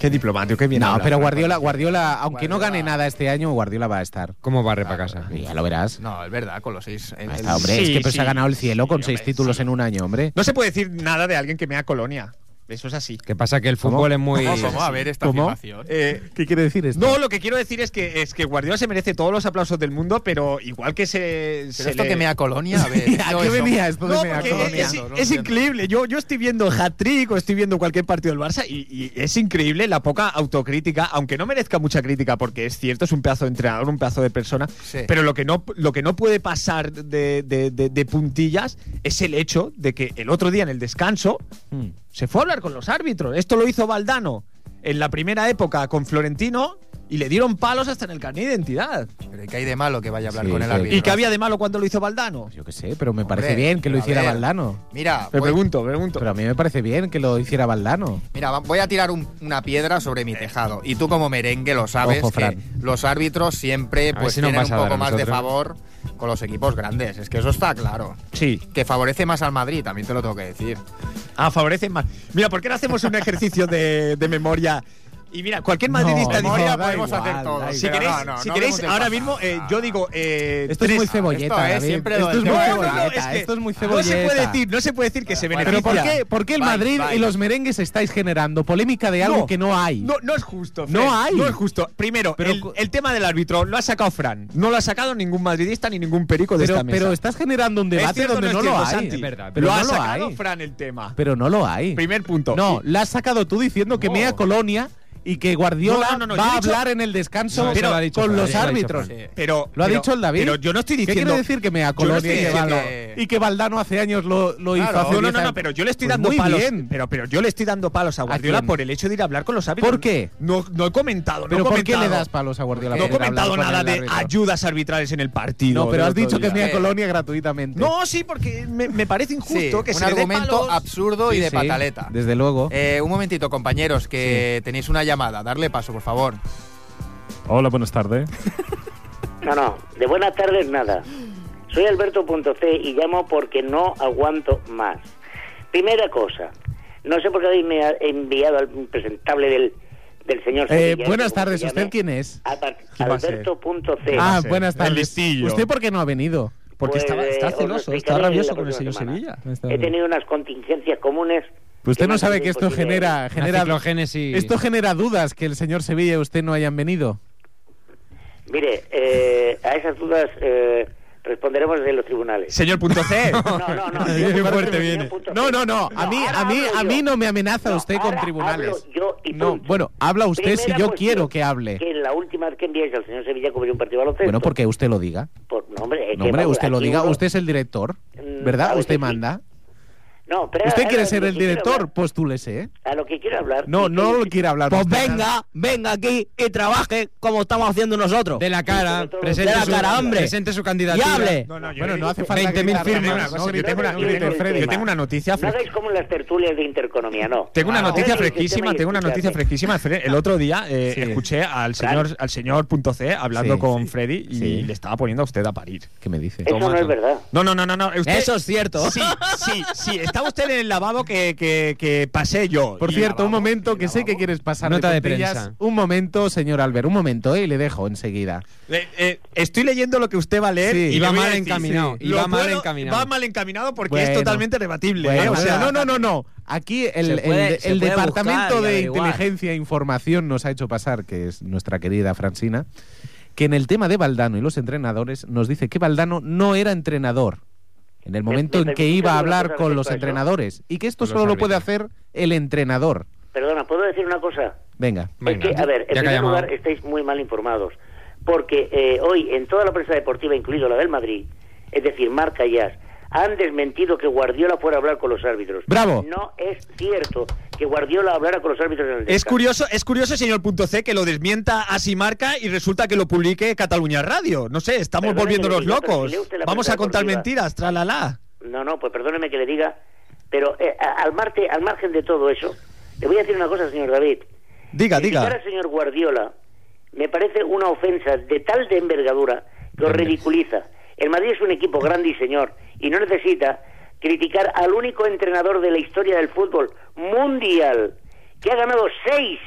Speaker 1: Qué diplomático, qué bien.
Speaker 7: No,
Speaker 1: habla.
Speaker 7: pero Guardiola, Guardiola, aunque no
Speaker 4: Guardiola.
Speaker 7: gane nada este año, Guardiola va a estar.
Speaker 6: ¿Cómo barre para casa?
Speaker 7: Ya lo verás.
Speaker 4: No, es verdad, con los seis. el-
Speaker 7: Ahí está,
Speaker 4: el-
Speaker 7: hombre,
Speaker 1: Sí,
Speaker 7: es que pues
Speaker 1: sí,
Speaker 7: se ha ganado el cielo
Speaker 1: sí,
Speaker 7: con seis
Speaker 1: hombre,
Speaker 7: títulos
Speaker 1: sí.
Speaker 7: en un año, hombre.
Speaker 1: No se puede decir nada de alguien que me ha colonia. Eso es así.
Speaker 6: Que pasa que el fútbol es muy.
Speaker 4: ¿Cómo, cómo? A ver esta
Speaker 7: ¿Cómo?
Speaker 4: afirmación.
Speaker 1: Eh,
Speaker 7: ¿Qué quiere decir esto?
Speaker 1: no, lo que quiero decir es que es que Guardiola se merece todos los aplausos del mundo, pero igual que se.
Speaker 4: Pero
Speaker 1: se
Speaker 4: esto
Speaker 1: le-
Speaker 4: que me colonia, a ver.
Speaker 7: ¿A
Speaker 4: yo
Speaker 7: qué
Speaker 4: eso-
Speaker 7: venía esto de
Speaker 1: No,
Speaker 7: Mea
Speaker 1: porque
Speaker 7: Colonia?
Speaker 1: es, es-
Speaker 4: no lo
Speaker 1: es
Speaker 4: entiendo.
Speaker 1: increíble. Yo, yo estoy viendo hat-trick o estoy viendo cualquier partido del Barça y, y es increíble la poca autocrítica, aunque no merezca mucha crítica porque es cierto, es un pedazo de entrenador, un pedazo de persona,
Speaker 4: Sí.
Speaker 1: pero lo que no, lo que no puede pasar de, de- de- de puntillas es el hecho de que el otro día en el descanso
Speaker 7: Mm.
Speaker 1: se fue a hablar con los árbitros. Esto lo hizo Valdano en la primera época con Florentino y le dieron palos hasta en el carnet de identidad.
Speaker 4: Pero ¿qué hay de malo que vaya a hablar
Speaker 7: Sí,
Speaker 4: con el
Speaker 7: sí.
Speaker 4: árbitro?
Speaker 1: ¿Y qué había de malo cuando lo hizo Valdano?
Speaker 7: Yo qué sé, pero me
Speaker 4: Hombre,
Speaker 7: parece bien que lo
Speaker 4: a
Speaker 7: hiciera
Speaker 4: ver.
Speaker 7: Valdano.
Speaker 4: Mira, pues,
Speaker 1: Me
Speaker 4: voy,
Speaker 1: pregunto, me pregunto.
Speaker 7: Pero a mí me parece bien que lo hiciera Valdano.
Speaker 4: mira, va- voy a tirar un- una piedra sobre mi tejado. Y tú, como merengue, lo sabes
Speaker 7: Ojo,
Speaker 4: que
Speaker 7: Fran.
Speaker 4: los árbitros siempre
Speaker 6: A ver
Speaker 4: pues,
Speaker 6: si nos
Speaker 4: tienen
Speaker 6: vas
Speaker 4: un
Speaker 6: a dar
Speaker 4: poco
Speaker 6: a
Speaker 4: más de
Speaker 6: nosotros.
Speaker 4: favor con los equipos grandes. Es que eso está claro.
Speaker 1: sí.
Speaker 4: Que favorece más al Madrid, también te lo tengo que decir.
Speaker 1: Ah, favorecen más. Mira, ¿por qué no hacemos un ejercicio de, de memoria Y mira, cualquier
Speaker 7: No,
Speaker 1: madridista
Speaker 7: no,
Speaker 1: dice.
Speaker 4: Memoria
Speaker 7: da
Speaker 4: podemos
Speaker 7: igual,
Speaker 4: hacer todo.
Speaker 7: da
Speaker 4: pero
Speaker 1: Si queréis,
Speaker 4: no, no,
Speaker 1: si
Speaker 4: no
Speaker 1: queréis
Speaker 4: hablemos del
Speaker 1: ahora
Speaker 4: pasado.
Speaker 1: mismo, eh, yo digo. eh,
Speaker 7: Esto es
Speaker 1: tres-
Speaker 7: muy cebolleta,
Speaker 4: Esto es
Speaker 7: David.
Speaker 4: siempre lo
Speaker 7: Esto
Speaker 4: del
Speaker 7: es muy
Speaker 4: tema.
Speaker 7: cebolleta.
Speaker 4: No, no, es
Speaker 1: que
Speaker 7: esto es muy
Speaker 1: No
Speaker 7: cebolleta.
Speaker 1: se puede decir, no se puede decir que se
Speaker 4: Bueno,
Speaker 1: beneficia.
Speaker 4: pero
Speaker 7: ¿Pero por qué, por qué el
Speaker 4: Bye,
Speaker 7: Madrid
Speaker 4: bye.
Speaker 7: y los merengues estáis generando polémica de algo
Speaker 1: No,
Speaker 7: que no hay?
Speaker 1: No, no es justo. Fran.
Speaker 7: No hay.
Speaker 1: No es justo. Primero,
Speaker 7: Pero
Speaker 1: el,
Speaker 7: cu-
Speaker 1: el tema del árbitro lo ha sacado Fran. No lo ha sacado ningún madridista ni ningún perico de
Speaker 7: pero,
Speaker 1: esta mesa.
Speaker 7: pero estás generando un
Speaker 1: Es
Speaker 7: debate
Speaker 1: cierto,
Speaker 7: donde
Speaker 1: no
Speaker 7: no,
Speaker 1: es
Speaker 7: lo
Speaker 1: cierto,
Speaker 7: hay.
Speaker 1: Santi.
Speaker 6: verdad,
Speaker 7: pero
Speaker 1: lo ha
Speaker 7: no lo
Speaker 1: sacado
Speaker 7: hay.
Speaker 1: Fran el tema.
Speaker 7: Pero no lo hay.
Speaker 1: Primer punto.
Speaker 7: No,
Speaker 1: Y-
Speaker 7: la has sacado tú diciendo que
Speaker 1: No.
Speaker 7: Mea Colonia y que Guardiola
Speaker 1: No, no, no, no, yo
Speaker 7: va
Speaker 1: he
Speaker 7: a
Speaker 1: dicho-
Speaker 7: hablar en el descanso
Speaker 6: No, eso lo ha dicho
Speaker 7: con
Speaker 6: Fran,
Speaker 7: los
Speaker 6: eso lo ha dicho
Speaker 7: árbitros.
Speaker 6: Fran.
Speaker 1: pero,
Speaker 7: Lo ha
Speaker 1: pero-
Speaker 7: dicho el David.
Speaker 1: Pero yo no estoy
Speaker 7: ¿Qué
Speaker 1: diciendo.
Speaker 7: quiere decir que Mea
Speaker 1: yo no
Speaker 7: Colonia
Speaker 1: estoy
Speaker 7: y, que
Speaker 1: diciendo-
Speaker 7: Valdano- y que Valdano hace años lo, lo hizo?
Speaker 4: Claro.
Speaker 7: hace
Speaker 1: No, no,
Speaker 7: 10
Speaker 1: no, no,
Speaker 7: años?
Speaker 1: pero yo le estoy
Speaker 7: Pues
Speaker 1: dando
Speaker 7: muy
Speaker 1: palos.
Speaker 7: bien.
Speaker 1: Pero, pero yo le estoy dando palos a Guardiola
Speaker 7: quién?
Speaker 1: por el hecho de ir a hablar con los árbitros.
Speaker 7: ¿Por qué?
Speaker 1: No, no he comentado. no
Speaker 7: ¿Pero
Speaker 1: he
Speaker 7: por qué le
Speaker 1: comentado.
Speaker 7: das palos a Guardiola?
Speaker 1: No he
Speaker 7: por hablar
Speaker 1: comentado
Speaker 7: con
Speaker 1: nada
Speaker 7: el
Speaker 1: de
Speaker 7: árbitro?
Speaker 1: ayudas arbitrales en el partido.
Speaker 7: No, pero
Speaker 1: del
Speaker 7: has
Speaker 1: otro
Speaker 7: dicho que
Speaker 1: día.
Speaker 7: es Mea
Speaker 4: Eh.
Speaker 7: Colonia gratuitamente.
Speaker 1: No, sí, porque me, me parece
Speaker 4: Sí,
Speaker 1: injusto que
Speaker 4: un
Speaker 1: se le dé
Speaker 4: argumento
Speaker 1: palos.
Speaker 4: absurdo y
Speaker 7: Sí,
Speaker 4: de
Speaker 7: sí,
Speaker 4: pataleta.
Speaker 7: Desde luego.
Speaker 4: Eh, un momentito, compañeros, que tenéis una llamada. Darle paso, por favor.
Speaker 5: Hola, buenas tardes.
Speaker 8: No, no, de buenas tardes nada. Soy Alberto.c y llamo porque no aguanto más. Primera cosa, no sé por qué habéis me ha enviado al presentable del, del señor.
Speaker 7: Eh,
Speaker 8: Sevilla,
Speaker 7: buenas
Speaker 8: que como
Speaker 7: tardes,
Speaker 8: se
Speaker 7: ¿usted
Speaker 8: llame,
Speaker 7: quién es?
Speaker 8: Alba-
Speaker 1: ¿Quién va a ser?
Speaker 8: Alberto.c.
Speaker 7: Ah,
Speaker 1: ser?
Speaker 7: buenas
Speaker 1: El
Speaker 7: tardes.
Speaker 1: listillo.
Speaker 7: ¿Usted por qué no ha venido?
Speaker 1: Porque
Speaker 8: Pues,
Speaker 1: estaba,
Speaker 8: eh,
Speaker 1: está
Speaker 8: os lo
Speaker 1: celoso, está
Speaker 8: explicaré
Speaker 1: rabioso
Speaker 8: la
Speaker 1: con el señor
Speaker 8: próxima semana.
Speaker 1: Sevilla.
Speaker 8: He tenido unas contingencias comunes.
Speaker 7: Pues usted
Speaker 8: que me
Speaker 7: no
Speaker 8: han
Speaker 7: sabe
Speaker 8: sido
Speaker 7: que esto
Speaker 8: imposibles.
Speaker 7: genera,
Speaker 6: Genera
Speaker 7: genera
Speaker 6: ciclogénesis.
Speaker 7: esto genera dudas que el señor Sevilla y usted no hayan venido.
Speaker 8: Mire, eh, a esas dudas eh, responderemos desde los tribunales.
Speaker 1: Señor punto C.
Speaker 8: No, no, no.
Speaker 1: Qué
Speaker 8: Yo-
Speaker 1: fuerte
Speaker 8: señor
Speaker 1: viene.
Speaker 8: punto C.
Speaker 7: No, no, no. A mí,
Speaker 8: ahora
Speaker 7: a mí,
Speaker 8: hablo
Speaker 7: a
Speaker 8: yo.
Speaker 7: mí no me amenaza
Speaker 8: No,
Speaker 7: usted con
Speaker 8: ahora
Speaker 7: tribunales.
Speaker 8: hablo yo y
Speaker 7: No,
Speaker 8: punto.
Speaker 7: bueno, habla usted si
Speaker 8: Primera
Speaker 7: yo
Speaker 8: cuestión,
Speaker 7: quiero que hable.
Speaker 8: Que en la última vez que enviáis al señor Sevilla cubrió un partido de baloncesto.
Speaker 7: Bueno, porque usted lo diga.
Speaker 8: Por- no, hombre, Pues es
Speaker 7: No,
Speaker 8: que,
Speaker 7: hombre,
Speaker 8: vamos,
Speaker 7: usted lo
Speaker 8: aquí
Speaker 7: diga.
Speaker 8: uno-
Speaker 7: Usted es el director,
Speaker 8: Mm, a
Speaker 7: ¿verdad?
Speaker 8: veces
Speaker 7: Usted
Speaker 8: sí. Eh,
Speaker 7: manda.
Speaker 8: No, pero
Speaker 7: ¿Usted
Speaker 8: ahora
Speaker 7: quiere
Speaker 8: lo
Speaker 7: ser
Speaker 8: que
Speaker 7: el
Speaker 8: quiero
Speaker 7: director?
Speaker 8: hablar-
Speaker 7: Postúlese.
Speaker 8: a lo que quiero hablar.
Speaker 7: No, no lo quiere hablar.
Speaker 3: Pues
Speaker 7: usted.
Speaker 3: venga, venga aquí y trabaje como estamos haciendo nosotros.
Speaker 6: De la
Speaker 8: Sí, sobre
Speaker 6: cara.
Speaker 8: todo-
Speaker 6: Presente,
Speaker 3: De la
Speaker 6: su,
Speaker 3: cara, hombre.
Speaker 6: presente su
Speaker 3: y
Speaker 6: candidatura.
Speaker 3: hable.
Speaker 7: Bueno, no hace falta
Speaker 6: 20.000
Speaker 7: gritar tanto,
Speaker 6: firmas.
Speaker 7: ¿no?
Speaker 1: No, yo tengo una- yo
Speaker 8: Grite,
Speaker 1: tengo-
Speaker 8: Freddy.
Speaker 1: yo tengo una noticia
Speaker 8: No
Speaker 1: fresca.
Speaker 8: hagáis como en las tertulias de Intereconomía, no.
Speaker 1: Tengo una
Speaker 8: Ah,
Speaker 1: noticia
Speaker 8: Freddy,
Speaker 1: fresquísima,
Speaker 8: escúchame y
Speaker 1: tengo una noticia
Speaker 8: escuchadme.
Speaker 1: fresquísima. Fre- El otro día eh,
Speaker 7: Sí.
Speaker 1: escuché al
Speaker 8: Claro.
Speaker 1: señor al señor punto C hablando
Speaker 7: Sí,
Speaker 1: con
Speaker 7: sí.
Speaker 1: Freddy y
Speaker 7: Sí.
Speaker 1: le estaba poniendo a usted a parir.
Speaker 7: ¿Qué me dice?
Speaker 8: Eso no es verdad.
Speaker 1: No, no, no, no, no. usted-
Speaker 3: Eso es cierto.
Speaker 1: Sí, sí, sí. Estaba usted en el lavabo que, que, que pasé yo.
Speaker 7: Por
Speaker 1: Y
Speaker 7: cierto, un
Speaker 1: lavabo,
Speaker 7: momento
Speaker 1: y
Speaker 7: que sé
Speaker 1: lavabo.
Speaker 7: que quieres pasar
Speaker 6: Nota de
Speaker 7: puntillas.
Speaker 6: prensa.
Speaker 7: Un momento, señor Albert, un momento, ¿eh? y le dejo enseguida.
Speaker 1: Eh, eh, estoy leyendo lo que usted va a leer.
Speaker 7: Sí.
Speaker 1: y le
Speaker 7: Iba
Speaker 1: voy a
Speaker 6: mal
Speaker 1: decir,
Speaker 6: encaminado,
Speaker 1: sí,
Speaker 6: iba
Speaker 1: lo
Speaker 6: mal
Speaker 1: puedo-
Speaker 6: encaminado.
Speaker 1: Va mal encaminado porque es
Speaker 7: Bueno.
Speaker 1: totalmente debatible. ¿eh?
Speaker 7: Bueno,
Speaker 1: O sea,
Speaker 7: no, no, no, no. Aquí el,
Speaker 3: Se
Speaker 7: el-
Speaker 3: puede-
Speaker 7: el
Speaker 3: se puede
Speaker 7: Departamento
Speaker 3: buscar y
Speaker 7: de
Speaker 3: averiguar.
Speaker 7: Inteligencia e Información nos ha hecho pasar, que es nuestra querida Francina, que en el tema de Valdano y los entrenadores nos dice que Valdano no era entrenador en
Speaker 3: Eh,
Speaker 7: el
Speaker 8: ¿Me-
Speaker 7: momento
Speaker 8: me
Speaker 7: en que
Speaker 8: permites
Speaker 7: iba a
Speaker 8: una
Speaker 7: hablar
Speaker 8: cosa
Speaker 7: con los
Speaker 8: respecto a eso?
Speaker 7: entrenadores y que esto
Speaker 6: Con los
Speaker 7: solo lo puede
Speaker 6: árbitros.
Speaker 7: hacer el entrenador.
Speaker 8: Perdona, ¿puedo decir una cosa?
Speaker 7: Venga.
Speaker 6: Venga,
Speaker 8: es que, a ver,
Speaker 6: ya
Speaker 8: en
Speaker 6: que ha
Speaker 8: primer
Speaker 6: llamado.
Speaker 8: lugar estáis muy mal informados, porque eh, hoy en toda la prensa deportiva, incluido la del Madrid, es decir, Marca y As, han desmentido que Guardiola fuera a hablar con los árbitros.
Speaker 7: Bravo.
Speaker 8: No es cierto que Guardiola hablara con los árbitros en el
Speaker 1: Es
Speaker 8: descanso.
Speaker 1: curioso, es curioso, señor punto C, que lo desmienta así marca y resulta que lo publique Cataluña Radio. No sé, estamos
Speaker 8: Perdone que le
Speaker 1: volviéndonos
Speaker 8: diga, pero
Speaker 1: locos.
Speaker 8: si lee usted la
Speaker 1: Vamos
Speaker 8: prensa
Speaker 1: a contar
Speaker 8: deportiva.
Speaker 1: mentiras, tralala.
Speaker 8: No, no, pues perdóneme que le diga, pero eh, a- al, marte, al margen de todo eso, le voy a decir una cosa, señor David.
Speaker 1: Diga,
Speaker 8: Criticar
Speaker 1: diga.
Speaker 8: al señor Guardiola me parece una ofensa de tal de envergadura que os ridiculiza. El Madrid es un equipo grande y señor y no necesita criticar al único entrenador de la historia del fútbol mundial que ha ganado seis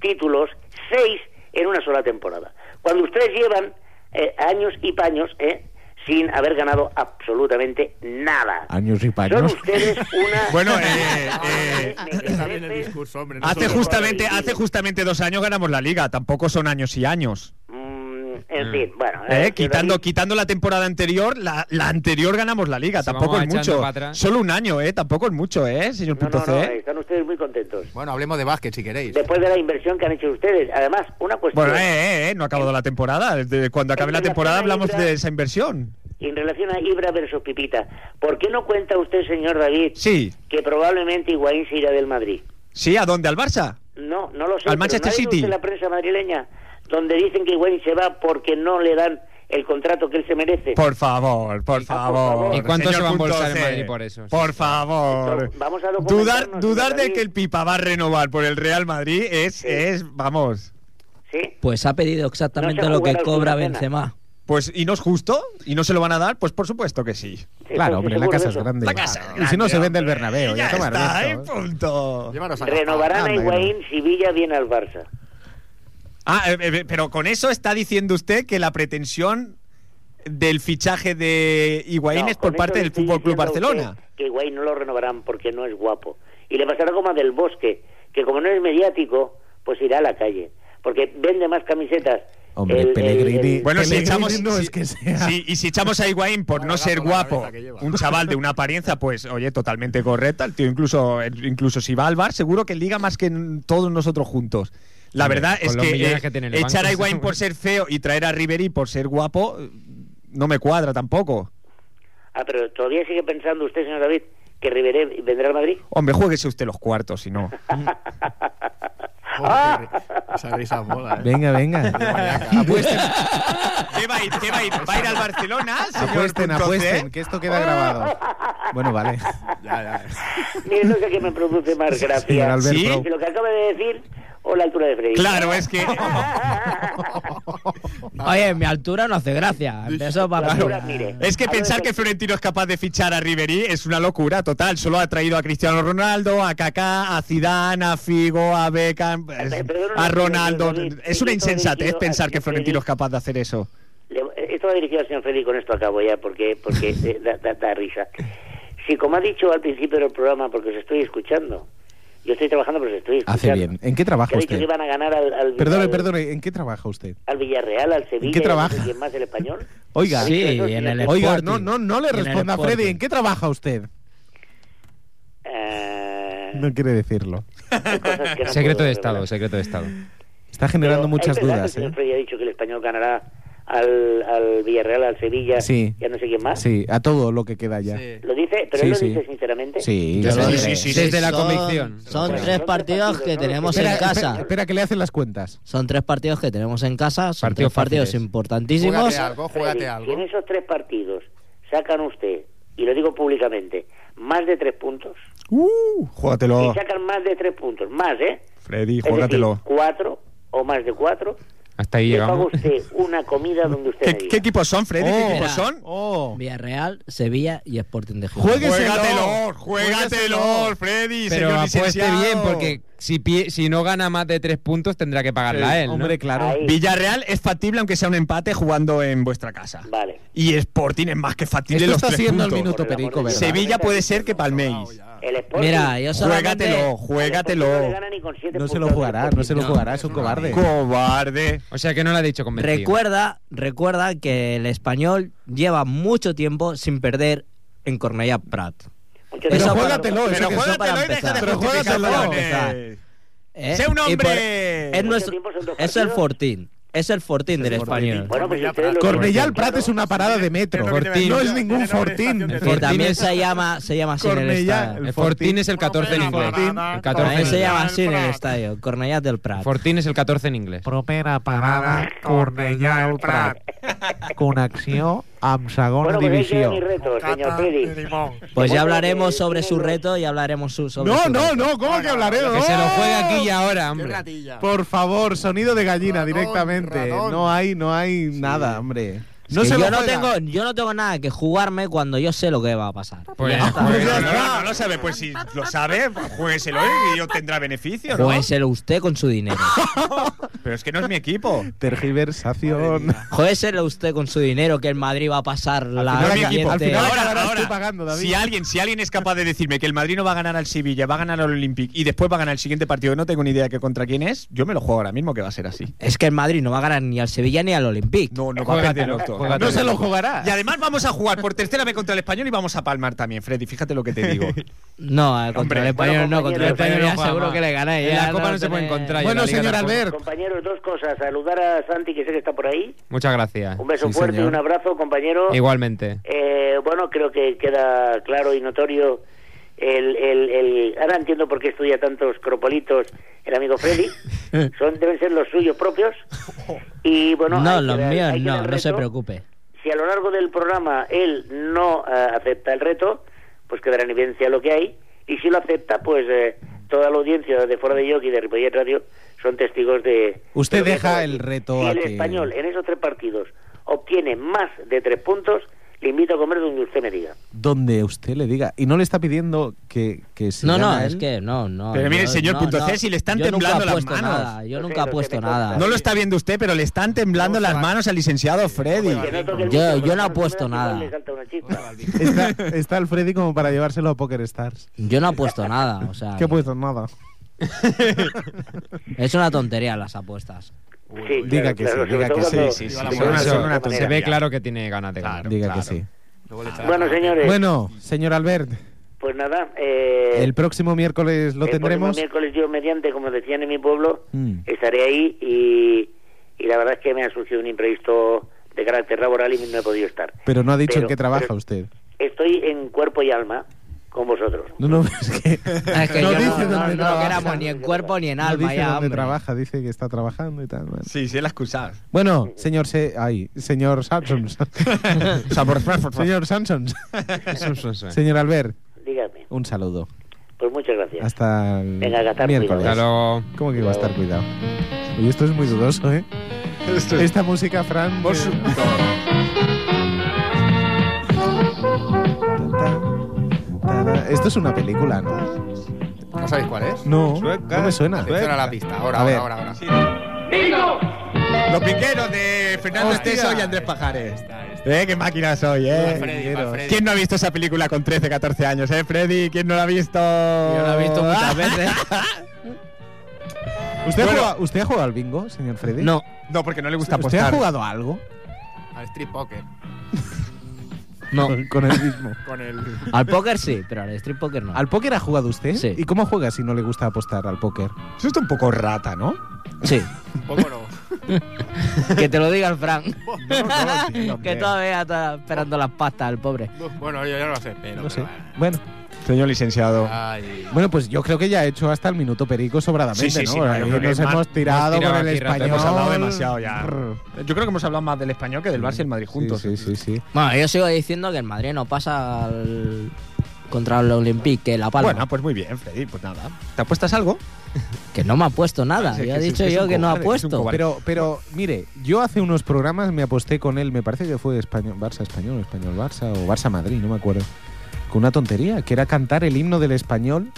Speaker 8: títulos, seis en una sola temporada. Cuando ustedes llevan eh, años y paños ¿eh? sin haber ganado absolutamente nada.
Speaker 7: Años y
Speaker 8: Son
Speaker 7: paños.
Speaker 8: ustedes una...
Speaker 1: Bueno, eh, eh,
Speaker 8: Me parece-
Speaker 7: Pues,
Speaker 9: hombre.
Speaker 1: Hace
Speaker 8: Nosotros-
Speaker 1: justamente, hace justamente dos años ganamos la liga, tampoco son años y años.
Speaker 8: Mm, en fin, bueno.
Speaker 1: ¿eh?
Speaker 8: eh, señor
Speaker 1: Quitando,
Speaker 8: David,
Speaker 1: quitando la temporada anterior, la, la anterior ganamos la liga,
Speaker 6: Si
Speaker 1: tampoco
Speaker 6: vamos
Speaker 1: es
Speaker 6: echando
Speaker 1: mucho.
Speaker 6: para atrás.
Speaker 1: Solo un año, ¿eh? Tampoco es mucho, ¿eh, señor
Speaker 8: No,
Speaker 1: punto
Speaker 8: no,
Speaker 1: C?
Speaker 8: no, están ustedes muy contentos.
Speaker 4: Bueno, hablemos de básquet si queréis.
Speaker 8: Después de la inversión que han hecho ustedes. Además, una cuestión.
Speaker 1: Bueno, eh, eh, eh, no ha acabado la temporada. Desde cuando acabe la
Speaker 8: Entre eh, la
Speaker 1: temporada
Speaker 8: zona
Speaker 1: hablamos
Speaker 8: libra-
Speaker 1: de esa inversión.
Speaker 8: Y en relación a Ibra versus Pipita, ¿por qué no cuenta usted, señor David,
Speaker 1: Sí,
Speaker 8: que probablemente Higuaín se irá del Madrid?
Speaker 1: sí, ¿a dónde? ¿Al Barça?
Speaker 8: No, no lo sé.
Speaker 1: Al
Speaker 8: pero
Speaker 1: Manchester
Speaker 8: ¿no ha leído
Speaker 1: City.
Speaker 8: usted la prensa madrileña, donde dicen que Higuaín se va porque no le dan el contrato que él se merece.
Speaker 1: Por favor, por favor.
Speaker 8: favor.
Speaker 6: ¿Y cuánto
Speaker 1: señor
Speaker 6: se va a embolsar
Speaker 1: Punto
Speaker 6: en
Speaker 1: C?
Speaker 6: Madrid por eso?
Speaker 1: Por favor.
Speaker 8: Entonces, vamos a
Speaker 1: dudar
Speaker 8: documentarnos,
Speaker 1: dudar
Speaker 8: señor
Speaker 1: de
Speaker 8: David.
Speaker 1: que el Pipa va a renovar por el Real Madrid es,
Speaker 8: Sí.
Speaker 1: es vamos.
Speaker 8: ¿Sí?
Speaker 3: Pues ha pedido exactamente
Speaker 8: No se
Speaker 3: lo que
Speaker 8: jugará
Speaker 3: cobra
Speaker 8: alguna pena.
Speaker 3: Benzema.
Speaker 1: Pues, ¿y no es justo? ¿Y no se lo van a dar? Pues por supuesto que sí.
Speaker 8: Sí,
Speaker 7: Claro,
Speaker 8: estoy
Speaker 7: hombre, la
Speaker 8: seguro
Speaker 7: casa
Speaker 8: de
Speaker 7: es
Speaker 8: eso.
Speaker 7: grande.
Speaker 1: La casa.
Speaker 7: Y si no se vende el
Speaker 1: Bernabéu,
Speaker 7: Bernabéu, ya toma
Speaker 1: está, ¿eh?
Speaker 7: esto.
Speaker 1: punto.
Speaker 4: Llévanos a
Speaker 8: Renovarán a
Speaker 7: Anda,
Speaker 8: Higuaín si Villa viene al Barça.
Speaker 1: Ah, eh, eh, pero con eso está diciendo usted que la pretensión del fichaje de Higuaín
Speaker 8: No,
Speaker 1: es por
Speaker 8: con
Speaker 1: parte
Speaker 8: eso le
Speaker 1: del
Speaker 8: estoy
Speaker 1: Fútbol Club
Speaker 8: diciendo a
Speaker 1: Barcelona.
Speaker 8: usted Que Higuaín no lo renovarán porque no es guapo. Y le pasará como a Del Bosque, que como no es mediático, pues irá a la calle. Porque vende más camisetas.
Speaker 7: Hombre,
Speaker 8: el- el-
Speaker 7: Pellegrini-
Speaker 8: el-
Speaker 1: Bueno, si
Speaker 7: Pellegrini
Speaker 1: echamos,
Speaker 7: no
Speaker 1: si-
Speaker 7: es que sea.
Speaker 1: si- y si echamos a Higuaín por
Speaker 4: Vaya
Speaker 1: no
Speaker 4: gato
Speaker 1: ser
Speaker 4: con la
Speaker 1: guapo,
Speaker 4: cabeza que lleva.
Speaker 1: un chaval de una apariencia, pues, oye, totalmente correcta. El tío, incluso, incluso si va al bar, seguro que liga más que n- todos nosotros juntos. La
Speaker 6: Hombre,
Speaker 1: verdad
Speaker 6: con
Speaker 1: es
Speaker 6: los
Speaker 1: que,
Speaker 6: millones
Speaker 1: eh,
Speaker 6: que tiene en el
Speaker 1: echar
Speaker 6: banco,
Speaker 1: a Higuaín por ser feo y traer a Ribery por ser guapo eh, no me cuadra tampoco.
Speaker 8: Ah, pero todavía sigue pensando usted, señor David, que Riveré vendrá al Madrid.
Speaker 1: Hombre, jueguese usted los cuartos, si no.
Speaker 7: ¡Ah!
Speaker 4: Joder,
Speaker 8: ¡Ah!
Speaker 4: esa risa mola, ¿eh?
Speaker 7: Venga, venga.
Speaker 4: Maníaca.
Speaker 7: Apuesten,
Speaker 1: ¿Qué va a ir? ¿Qué va a ir? ¿Va a ir al Barcelona? señor
Speaker 7: apuesten,
Speaker 1: punto C?
Speaker 7: apuesten, que esto queda grabado. Bueno, vale.
Speaker 4: Ya, ya.
Speaker 8: Mire, no sé qué me produce más
Speaker 7: Señor
Speaker 8: gracia.
Speaker 7: Albert
Speaker 1: Sí.
Speaker 7: Prou.
Speaker 8: Que Lo que acaba de decir o la altura de Freddy.
Speaker 1: Claro, es que.
Speaker 3: Oye, mi altura no hace gracia. Empezó para
Speaker 8: Claro. Mire.
Speaker 1: Es que
Speaker 8: Algo
Speaker 1: pensar
Speaker 8: de-
Speaker 1: que Florentino es capaz de fichar a Ribery es una locura total. Solo ha traído a Cristiano Ronaldo, a Kaká, a Zidane, a Figo, a Beckham, es-
Speaker 8: Pe- perdona,
Speaker 1: a
Speaker 8: pero,
Speaker 1: Ronaldo.
Speaker 8: pero, pero,
Speaker 1: Es una
Speaker 8: ¿y esto
Speaker 1: insensatez
Speaker 8: dirigido
Speaker 1: pensar
Speaker 8: hacia
Speaker 1: que Florentino
Speaker 8: Ribery?
Speaker 1: es capaz de hacer eso.
Speaker 8: Le- eh, esto va dirigido al señor Freddy, con esto acabo ya, porque, porque eh, da, da- da risa. Sí, como ha dicho al principio del programa, porque os estoy escuchando. Yo estoy trabajando, pero os estoy
Speaker 7: Hace
Speaker 8: escuchando.
Speaker 7: bien. ¿En qué
Speaker 8: Que
Speaker 7: trabaja
Speaker 8: ha dicho que
Speaker 7: usted?
Speaker 8: iban a ganar al, al,
Speaker 7: Perdone,
Speaker 8: al-
Speaker 7: perdone, ¿en qué trabaja usted?
Speaker 8: al Villarreal, al
Speaker 7: qué
Speaker 8: Sevilla, y a no sé
Speaker 7: trabaja?
Speaker 8: quién más el español.
Speaker 7: Oiga,
Speaker 3: Sí, en el
Speaker 7: oiga,
Speaker 3: Sporting.
Speaker 7: no, no, no le
Speaker 3: En el
Speaker 7: responda a Freddy,
Speaker 3: Sporting.
Speaker 7: ¿en qué trabaja usted?
Speaker 8: Eh,
Speaker 7: No quiere decirlo.
Speaker 8: hay cosas que no
Speaker 6: Secreto
Speaker 8: puedo
Speaker 6: de Estado,
Speaker 8: revelar.
Speaker 6: secreto de Estado.
Speaker 7: Está
Speaker 8: Pero
Speaker 7: generando
Speaker 8: es
Speaker 7: muchas
Speaker 8: verdad que
Speaker 7: dudas,
Speaker 8: El señor
Speaker 7: ¿eh?
Speaker 8: Freddy ha dicho que el español ganará al, al Villarreal, al Sevilla
Speaker 7: Sí.
Speaker 8: y a no sé quién más.
Speaker 7: Sí, a todo lo que queda ya.
Speaker 4: Sí.
Speaker 8: ¿Lo dice? ¿Pero
Speaker 7: Sí,
Speaker 8: él lo
Speaker 7: sí.
Speaker 8: dice sinceramente?
Speaker 7: Sí,
Speaker 1: Yo
Speaker 7: yo lo
Speaker 1: sé, sí,
Speaker 7: diré.
Speaker 1: sí,
Speaker 6: Desde la
Speaker 3: Son-
Speaker 6: convicción.
Speaker 3: Son
Speaker 8: Bueno,
Speaker 3: tres partidos
Speaker 8: son partidos,
Speaker 3: que
Speaker 8: ¿no?
Speaker 3: tenemos
Speaker 7: Espera,
Speaker 3: en
Speaker 8: Espera,
Speaker 3: casa.
Speaker 7: espera que le hacen las cuentas.
Speaker 3: Son tres partidos que tenemos en casa. Son
Speaker 6: Partidos
Speaker 3: tres partidos
Speaker 6: fáciles.
Speaker 3: importantísimos.
Speaker 4: Júgate algo, júgate
Speaker 8: Freddy, Si en
Speaker 4: algo.
Speaker 8: esos tres partidos sacan usted, y lo digo públicamente, más de tres puntos,
Speaker 1: Uh,
Speaker 8: si
Speaker 1: júgatelo,
Speaker 8: sacan más de tres puntos, más, ¿eh?
Speaker 1: Freddy,
Speaker 8: Es decir,
Speaker 1: júgatelo.
Speaker 8: cuatro o más de cuatro,
Speaker 6: Hasta ahí
Speaker 8: le paga
Speaker 6: llegamos.
Speaker 8: usted una comida donde usted
Speaker 1: ¿Qué,
Speaker 8: me diga.
Speaker 1: qué equipos son, Freddy? ¿Qué
Speaker 7: Oh.
Speaker 1: equipos
Speaker 3: Mira.
Speaker 1: son?
Speaker 7: Oh.
Speaker 3: Villarreal, Sevilla y Sporting de Gijón.
Speaker 7: Juegue- Juégueselo.
Speaker 1: Juégatelo, juégatelo,
Speaker 7: Juégaselo.
Speaker 1: Freddy,
Speaker 6: Pero
Speaker 1: señor
Speaker 6: apueste
Speaker 1: licenciado.
Speaker 6: bien, porque si, pie- si no gana más de tres puntos tendrá que pagarla él. ¿no?
Speaker 7: Hombre, claro.
Speaker 8: Ahí,
Speaker 1: Villarreal es factible aunque sea un empate jugando en vuestra casa.
Speaker 8: Vale.
Speaker 1: Y Sporting es más que factible
Speaker 7: Esto
Speaker 1: los
Speaker 7: está
Speaker 1: tres
Speaker 7: siendo el
Speaker 1: puntos.
Speaker 7: minuto
Speaker 8: Por el amor
Speaker 7: perico,
Speaker 8: de
Speaker 7: ¿verdad?
Speaker 8: Dios.
Speaker 1: Sevilla puede ser que
Speaker 4: Sobrao
Speaker 1: palméis.
Speaker 4: ya.
Speaker 8: El Sporting-
Speaker 3: Mira, yo solamente...
Speaker 1: Juégatelo,
Speaker 8: El Sporting no le
Speaker 1: juégatelo.
Speaker 8: gana ni con siete
Speaker 7: No se lo
Speaker 8: puntos al
Speaker 7: jugará, no
Speaker 8: Sporting.
Speaker 7: se lo
Speaker 3: No.
Speaker 7: jugará, es un cobarde.
Speaker 1: Cobarde.
Speaker 6: O sea que no la ha dicho convencido.
Speaker 3: Recuerda, recuerda que el español lleva mucho tiempo sin perder en Cornellà Prat.
Speaker 8: Mucho
Speaker 3: Pero
Speaker 8: tiempo.
Speaker 7: juégatelo, eh.
Speaker 1: Pero
Speaker 7: Eso que
Speaker 1: juégatelo y deja
Speaker 3: empezar.
Speaker 1: de
Speaker 7: Pero juégatelo.
Speaker 1: justificaciones.
Speaker 3: ¿eh?
Speaker 1: ¡Sé un
Speaker 3: Y por-
Speaker 1: hombre!
Speaker 3: Es, nuestro-
Speaker 8: tiempo son dos
Speaker 3: es el
Speaker 8: partidos.
Speaker 3: fortín. Es el fortín del español.
Speaker 8: Bueno, pues si ustedes lo
Speaker 7: Cornellal
Speaker 8: tienen
Speaker 7: Prat
Speaker 8: claro,
Speaker 7: es una parada de metro.
Speaker 6: Pero que te Fortín.
Speaker 7: No
Speaker 6: vendió,
Speaker 7: es
Speaker 9: tiene
Speaker 7: ningún
Speaker 9: nombre de
Speaker 7: fortín.
Speaker 9: estación de
Speaker 3: Que
Speaker 9: tren.
Speaker 3: también se llama, se llama así en el
Speaker 7: Cornellá,
Speaker 3: estadio.
Speaker 6: El Fortín es el 14 en inglés. El 14
Speaker 3: También
Speaker 6: en
Speaker 3: se
Speaker 6: inglés.
Speaker 3: llama así en el estadio. Cornellà del Prat.
Speaker 6: Fortín es el 14 en inglés.
Speaker 10: Propera parada, Cornellà el Prat. Connexió amb segona
Speaker 8: Bueno, pues ahí queda
Speaker 10: divisió.
Speaker 8: mi reto, señor Freddy.
Speaker 3: Pues ya hablaremos
Speaker 8: Eh,
Speaker 3: sobre su
Speaker 8: eh,
Speaker 3: reto y hablaremos su, sobre
Speaker 7: No,
Speaker 3: su
Speaker 7: no,
Speaker 3: reto.
Speaker 7: no, ¿cómo que hablaré?
Speaker 6: Que se lo
Speaker 7: No.
Speaker 6: juegue aquí y ahora,
Speaker 4: Qué
Speaker 6: hombre.
Speaker 4: ratilla.
Speaker 7: Por favor, sonido de gallina
Speaker 4: Ratón,
Speaker 7: directamente.
Speaker 4: ratón.
Speaker 7: No hay, no hay nada, hombre.
Speaker 3: Es que yo, no
Speaker 7: juega.
Speaker 3: tengo, yo no tengo nada que jugarme cuando yo sé lo que va a pasar.
Speaker 6: Pues,
Speaker 3: Ya está.
Speaker 6: juegue-
Speaker 1: No, no, no lo sabe. Pues si lo sabe, pues juégueselo y yo tendrá beneficio, ¿no?
Speaker 3: Juéselo usted con su dinero.
Speaker 1: Pero es que no es mi equipo.
Speaker 7: Tergiversación.
Speaker 3: Juéselo usted con su dinero que el Madrid va a pasar la
Speaker 7: final
Speaker 1: No es mi equipo.
Speaker 7: al
Speaker 3: siguiente-
Speaker 7: final-
Speaker 1: ahora,
Speaker 7: acabarás
Speaker 1: ahora,
Speaker 7: tú pagando, David.
Speaker 1: si alguien, si alguien es capaz de decirme que el Madrid no va a ganar al Sevilla, va a ganar al Olympic y después va a ganar el siguiente partido, no tengo ni idea de que contra quién es, yo me lo juego ahora mismo que va a ser así.
Speaker 3: Es que el Madrid no va a ganar ni al Sevilla ni al Olympique.
Speaker 1: No, no va a perder los dos.
Speaker 7: No se lo jugará.
Speaker 1: Y además vamos a jugar por tercera vez contra el español y vamos a palmar también, Freddy. Fíjate lo que te digo.
Speaker 3: No, eh,
Speaker 1: Hombre,
Speaker 3: contra el español
Speaker 8: bueno,
Speaker 3: no, contra el
Speaker 8: compañero,
Speaker 3: español ya
Speaker 6: juega
Speaker 3: seguro
Speaker 6: más.
Speaker 3: que le ganáis.
Speaker 6: En
Speaker 3: ya
Speaker 6: la Copa no se
Speaker 3: tenéis-
Speaker 6: puede encontrar. y en
Speaker 7: Bueno,
Speaker 6: la Liga
Speaker 7: señor
Speaker 6: tampoco.
Speaker 7: Albert.
Speaker 8: Compañeros, dos cosas. Saludar a Santi, que sé que está por ahí.
Speaker 6: Muchas gracias.
Speaker 8: Un beso
Speaker 7: Sí,
Speaker 8: fuerte
Speaker 7: señor.
Speaker 8: y un abrazo, compañero.
Speaker 6: Igualmente.
Speaker 8: Eh, bueno, creo que queda claro y notorio. El, el, el- ahora entiendo por qué estudia tantos cropolitos el amigo Freddy. Son, deben ser los suyos propios. Y bueno,
Speaker 3: No,
Speaker 8: ahí
Speaker 3: los
Speaker 8: queda-
Speaker 3: míos
Speaker 8: ahí queda
Speaker 3: no,
Speaker 8: el
Speaker 3: no se
Speaker 8: reto.
Speaker 3: preocupe.
Speaker 8: Si a lo largo del programa él no eh, acepta el reto, pues quedará en evidencia lo que hay. Y si lo acepta, pues eh, toda la audiencia de Fuera de York y de Ripollet Radio son testigos de...
Speaker 7: Usted
Speaker 8: de lo que
Speaker 7: deja
Speaker 8: acaba de
Speaker 7: el
Speaker 8: decir.
Speaker 7: reto
Speaker 8: Si
Speaker 7: a
Speaker 8: el
Speaker 7: que-
Speaker 8: español en esos tres partidos obtiene más de tres puntos, le invito a comer donde usted me diga.
Speaker 7: Donde usted le diga. Y no le está pidiendo que, que se
Speaker 3: No, no,
Speaker 7: gana
Speaker 3: es
Speaker 7: él.
Speaker 3: que no, no.
Speaker 1: Pero mire,
Speaker 3: yo-
Speaker 1: señor
Speaker 3: no,
Speaker 1: punto
Speaker 3: no.
Speaker 1: C, si le están
Speaker 3: Yo nunca
Speaker 1: temblando
Speaker 3: he
Speaker 1: las
Speaker 3: puesto
Speaker 1: manos.
Speaker 3: nada, Yo
Speaker 8: No sé
Speaker 3: nunca
Speaker 8: lo
Speaker 3: he
Speaker 8: que
Speaker 3: puesto
Speaker 8: me
Speaker 3: nada.
Speaker 1: No lo está viendo usted, pero le están temblando las manos al licenciado Freddy.
Speaker 8: Que no toque el
Speaker 3: Yo-
Speaker 8: micro,
Speaker 3: yo
Speaker 8: porque
Speaker 3: no he
Speaker 8: si
Speaker 3: puesto
Speaker 8: da
Speaker 3: nada.
Speaker 8: le salta una chispa.
Speaker 7: Está, está el Freddy como para llevárselo a Poker Stars.
Speaker 3: Yo no he puesto nada, o sea.
Speaker 7: ¿Qué puesto? Nada.
Speaker 3: Es una tontería las apuestas.
Speaker 8: Sí,
Speaker 7: Diga
Speaker 8: claro,
Speaker 7: que sí,
Speaker 8: claro, sobre
Speaker 7: diga
Speaker 8: todo
Speaker 7: que sí,
Speaker 8: cuando-
Speaker 1: sí, sí,
Speaker 8: cuando
Speaker 1: sí,
Speaker 8: se
Speaker 1: son una-
Speaker 8: hace de
Speaker 1: son
Speaker 8: esa
Speaker 1: una
Speaker 8: manera.
Speaker 6: Se ve claro que tiene ganas de ganar.
Speaker 7: Diga que sí.
Speaker 8: Bueno, señores,
Speaker 7: Bueno, señor Albert,
Speaker 8: pues nada, eh,
Speaker 7: el próximo miércoles lo
Speaker 8: el próximo
Speaker 7: tendremos.
Speaker 8: miércoles yo mediante, como decían en mi pueblo,
Speaker 7: Mm.
Speaker 8: estaré ahí y, y la verdad es que me ha surgido un imprevisto de carácter laboral y no he podido estar.
Speaker 7: Pero no ha dicho
Speaker 8: Pero-
Speaker 7: en qué trabaja
Speaker 8: pero-
Speaker 7: usted.
Speaker 8: Estoy en cuerpo y alma con vosotros.
Speaker 7: No, no, es que
Speaker 3: Ah, Es que
Speaker 7: No
Speaker 3: yo
Speaker 7: dice
Speaker 3: no,
Speaker 7: dónde
Speaker 3: no- no
Speaker 7: trabaja.
Speaker 3: queramos ni en cuerpo ni en
Speaker 7: no
Speaker 3: alma
Speaker 7: dice
Speaker 3: ya,
Speaker 7: dónde
Speaker 3: hombre.
Speaker 7: trabaja, dice que está trabajando y tal. Bueno,
Speaker 1: Sí, sí, la excusada.
Speaker 7: Bueno, señor Se ay, señor Samsons. señor Samsons. señor Albert,
Speaker 8: Dígame.
Speaker 7: un saludo.
Speaker 8: Pues muchas gracias.
Speaker 7: Hasta el
Speaker 8: Venga, agatar,
Speaker 7: miércoles.
Speaker 8: cuidado.
Speaker 6: Hasta luego.
Speaker 7: ¿Cómo que va a estar cuidado? Oye, esto es muy dudoso, ¿eh? Esta música, Fran. que- Esto es una película, ¿no?
Speaker 4: ¿No sabéis cuál es?
Speaker 7: No, no me suena.
Speaker 4: Atención a la pista. Ahora,
Speaker 7: A ver.
Speaker 4: ahora, ahora, ahora.
Speaker 1: Los piqueros de Fernando Esteso y Andrés Pajares. Eh, qué máquina soy, eh. ¿Quién no ha visto esa película con 13, 14 años, eh, Freddy? ¿Quién no la ha visto? Ah. Yo
Speaker 3: la he visto muchas veces.
Speaker 7: ¿Usted,
Speaker 1: Bueno.
Speaker 7: ha jugado, ¿Usted ha jugado al bingo, señor Freddy?
Speaker 3: No,
Speaker 1: No, porque no le gusta
Speaker 7: ¿Usted
Speaker 1: apostar.
Speaker 7: ha jugado a algo?
Speaker 4: Al street poker.
Speaker 3: no.
Speaker 7: Con- Con el mismo.
Speaker 4: Con el...
Speaker 3: Al póker sí, pero al street poker no.
Speaker 7: ¿Al póker ha jugado usted?
Speaker 3: Sí.
Speaker 7: ¿Y cómo juega si no le gusta apostar al póker?
Speaker 1: Eso está un poco rata, ¿no?
Speaker 3: Sí.
Speaker 4: Un poco no.
Speaker 3: Que te lo diga el Frank.
Speaker 7: tío, hombre.
Speaker 3: que todavía está esperando las pastas, el pobre.
Speaker 4: Bueno, yo ya no lo sé, pero...
Speaker 7: No sé.
Speaker 4: pero-
Speaker 7: Bueno,
Speaker 1: Señor licenciado.
Speaker 4: Ay.
Speaker 7: bueno, pues yo creo que ya he hecho hasta el minuto perico sobradamente,
Speaker 1: Sí, sí,
Speaker 7: ¿no?
Speaker 1: sí, no, yo
Speaker 7: Ahí
Speaker 1: creo que
Speaker 7: nos
Speaker 1: más-
Speaker 7: hemos tirado
Speaker 6: hemos tirado
Speaker 7: con el
Speaker 6: aquí rato,
Speaker 7: español.
Speaker 1: hemos hablado demasiado ya.
Speaker 7: Brr.
Speaker 1: Yo creo que hemos hablado más del español que del Barça y el Madrid juntos.
Speaker 7: Sí,
Speaker 6: ¿eh?
Speaker 7: sí, sí. sí.
Speaker 3: Bueno, yo sigo diciendo que el Madrid no pasa al- contra el Olympique, que la palma.
Speaker 1: Bueno, pues muy bien, Freddy. Pues nada. ¿Te apuestas algo?
Speaker 3: que no me ha puesto nada.
Speaker 1: Ah, sí,
Speaker 3: ya he
Speaker 1: que es-
Speaker 3: dicho
Speaker 1: es
Speaker 3: yo
Speaker 1: un
Speaker 3: que no ha
Speaker 1: cobarde, es un
Speaker 3: puesto.
Speaker 1: cobarde.
Speaker 7: Pero, pero, mire, yo hace unos programas me aposté con él, me parece que fue español, Barça español, español Barça o Barça Madrid, no me acuerdo. Con una tontería, que era cantar el himno del español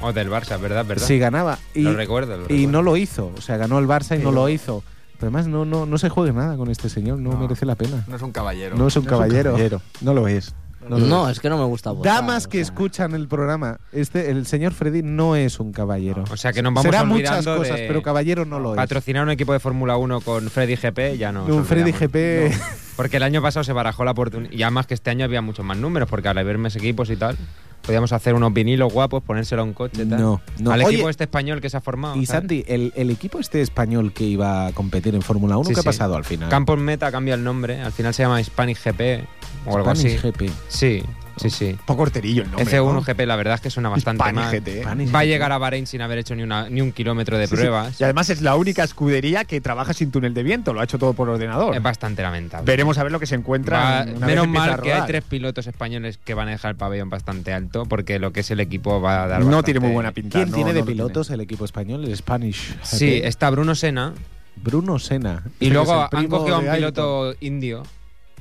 Speaker 6: O del Barça, ¿verdad? ¿verdad?
Speaker 7: si ganaba. Y,
Speaker 6: lo recuerdo. lo
Speaker 7: y
Speaker 6: recuerdo.
Speaker 7: no lo hizo, o sea, ganó el Barça y no lo hizo. Pero además, no, no, no se juegue nada con este señor, no,
Speaker 4: No.
Speaker 7: merece la pena.
Speaker 4: No es un caballero.
Speaker 7: No es un caballero.
Speaker 1: No lo es.
Speaker 3: No, es que no me gusta votar,
Speaker 7: Damas
Speaker 3: o
Speaker 7: que
Speaker 3: sea.
Speaker 7: escuchan el programa, este, el señor Freddy no es un caballero.
Speaker 6: O sea que nos vamos
Speaker 7: Será muchas
Speaker 6: olvidando
Speaker 7: cosas,
Speaker 6: de
Speaker 7: pero caballero no lo es.
Speaker 6: patrocinar un equipo de Fórmula 1 con Freddy GP ya no.
Speaker 7: Un Freddy GP.
Speaker 6: Porque el año pasado se barajó la oportunidad. Y además que este año había muchos más números, porque al haber más equipos y tal, podíamos hacer unos vinilos guapos, ponérselo a un coche y tal.
Speaker 7: No, no.
Speaker 6: Al
Speaker 7: Oye,
Speaker 6: equipo este español que se ha formado.
Speaker 7: Y
Speaker 6: ¿sabes?
Speaker 7: Santi, el, el equipo este español que iba a competir en Fórmula 1,
Speaker 6: Sí,
Speaker 7: ¿qué ha
Speaker 6: sí.
Speaker 7: pasado al final?
Speaker 6: Campos Meta cambia el nombre, al final se llama Hispanic GP o algo
Speaker 7: Spanish
Speaker 6: así.
Speaker 7: GP.
Speaker 6: Sí, sí, sí.
Speaker 1: Poco horterillo el nombre.
Speaker 6: F1
Speaker 1: ¿no?
Speaker 6: GP, la verdad es que suena bastante
Speaker 1: Hispanic
Speaker 6: mal.
Speaker 1: GT.
Speaker 7: Spanish eh.
Speaker 6: Va a
Speaker 7: GP.
Speaker 6: llegar a Bahrein sin haber hecho ni, una, ni un kilómetro de
Speaker 1: Sí, sí.
Speaker 6: pruebas.
Speaker 1: Y además es la única escudería que trabaja sin túnel de viento. Lo ha hecho todo por ordenador.
Speaker 6: Es bastante lamentable.
Speaker 1: Veremos a ver lo que se encuentra.
Speaker 6: Va-
Speaker 1: una vez
Speaker 6: menos
Speaker 1: empiece a
Speaker 6: mal que
Speaker 1: rodar.
Speaker 6: hay tres pilotos españoles que van a dejar el pabellón bastante alto, porque lo que es el equipo va a dar.
Speaker 1: No
Speaker 6: bastante-
Speaker 1: tiene muy buena pinta.
Speaker 7: ¿Quién
Speaker 1: no-
Speaker 7: tiene
Speaker 1: no
Speaker 7: de
Speaker 1: lo
Speaker 6: eh,
Speaker 7: pilotos el equipo español? El Spanish. GP.
Speaker 6: Sí, está Bruno Sena
Speaker 7: Bruno Sena.
Speaker 6: y
Speaker 7: Ese
Speaker 6: luego
Speaker 7: que es el
Speaker 6: han
Speaker 7: primo
Speaker 6: cogido a un
Speaker 7: de
Speaker 6: piloto indio,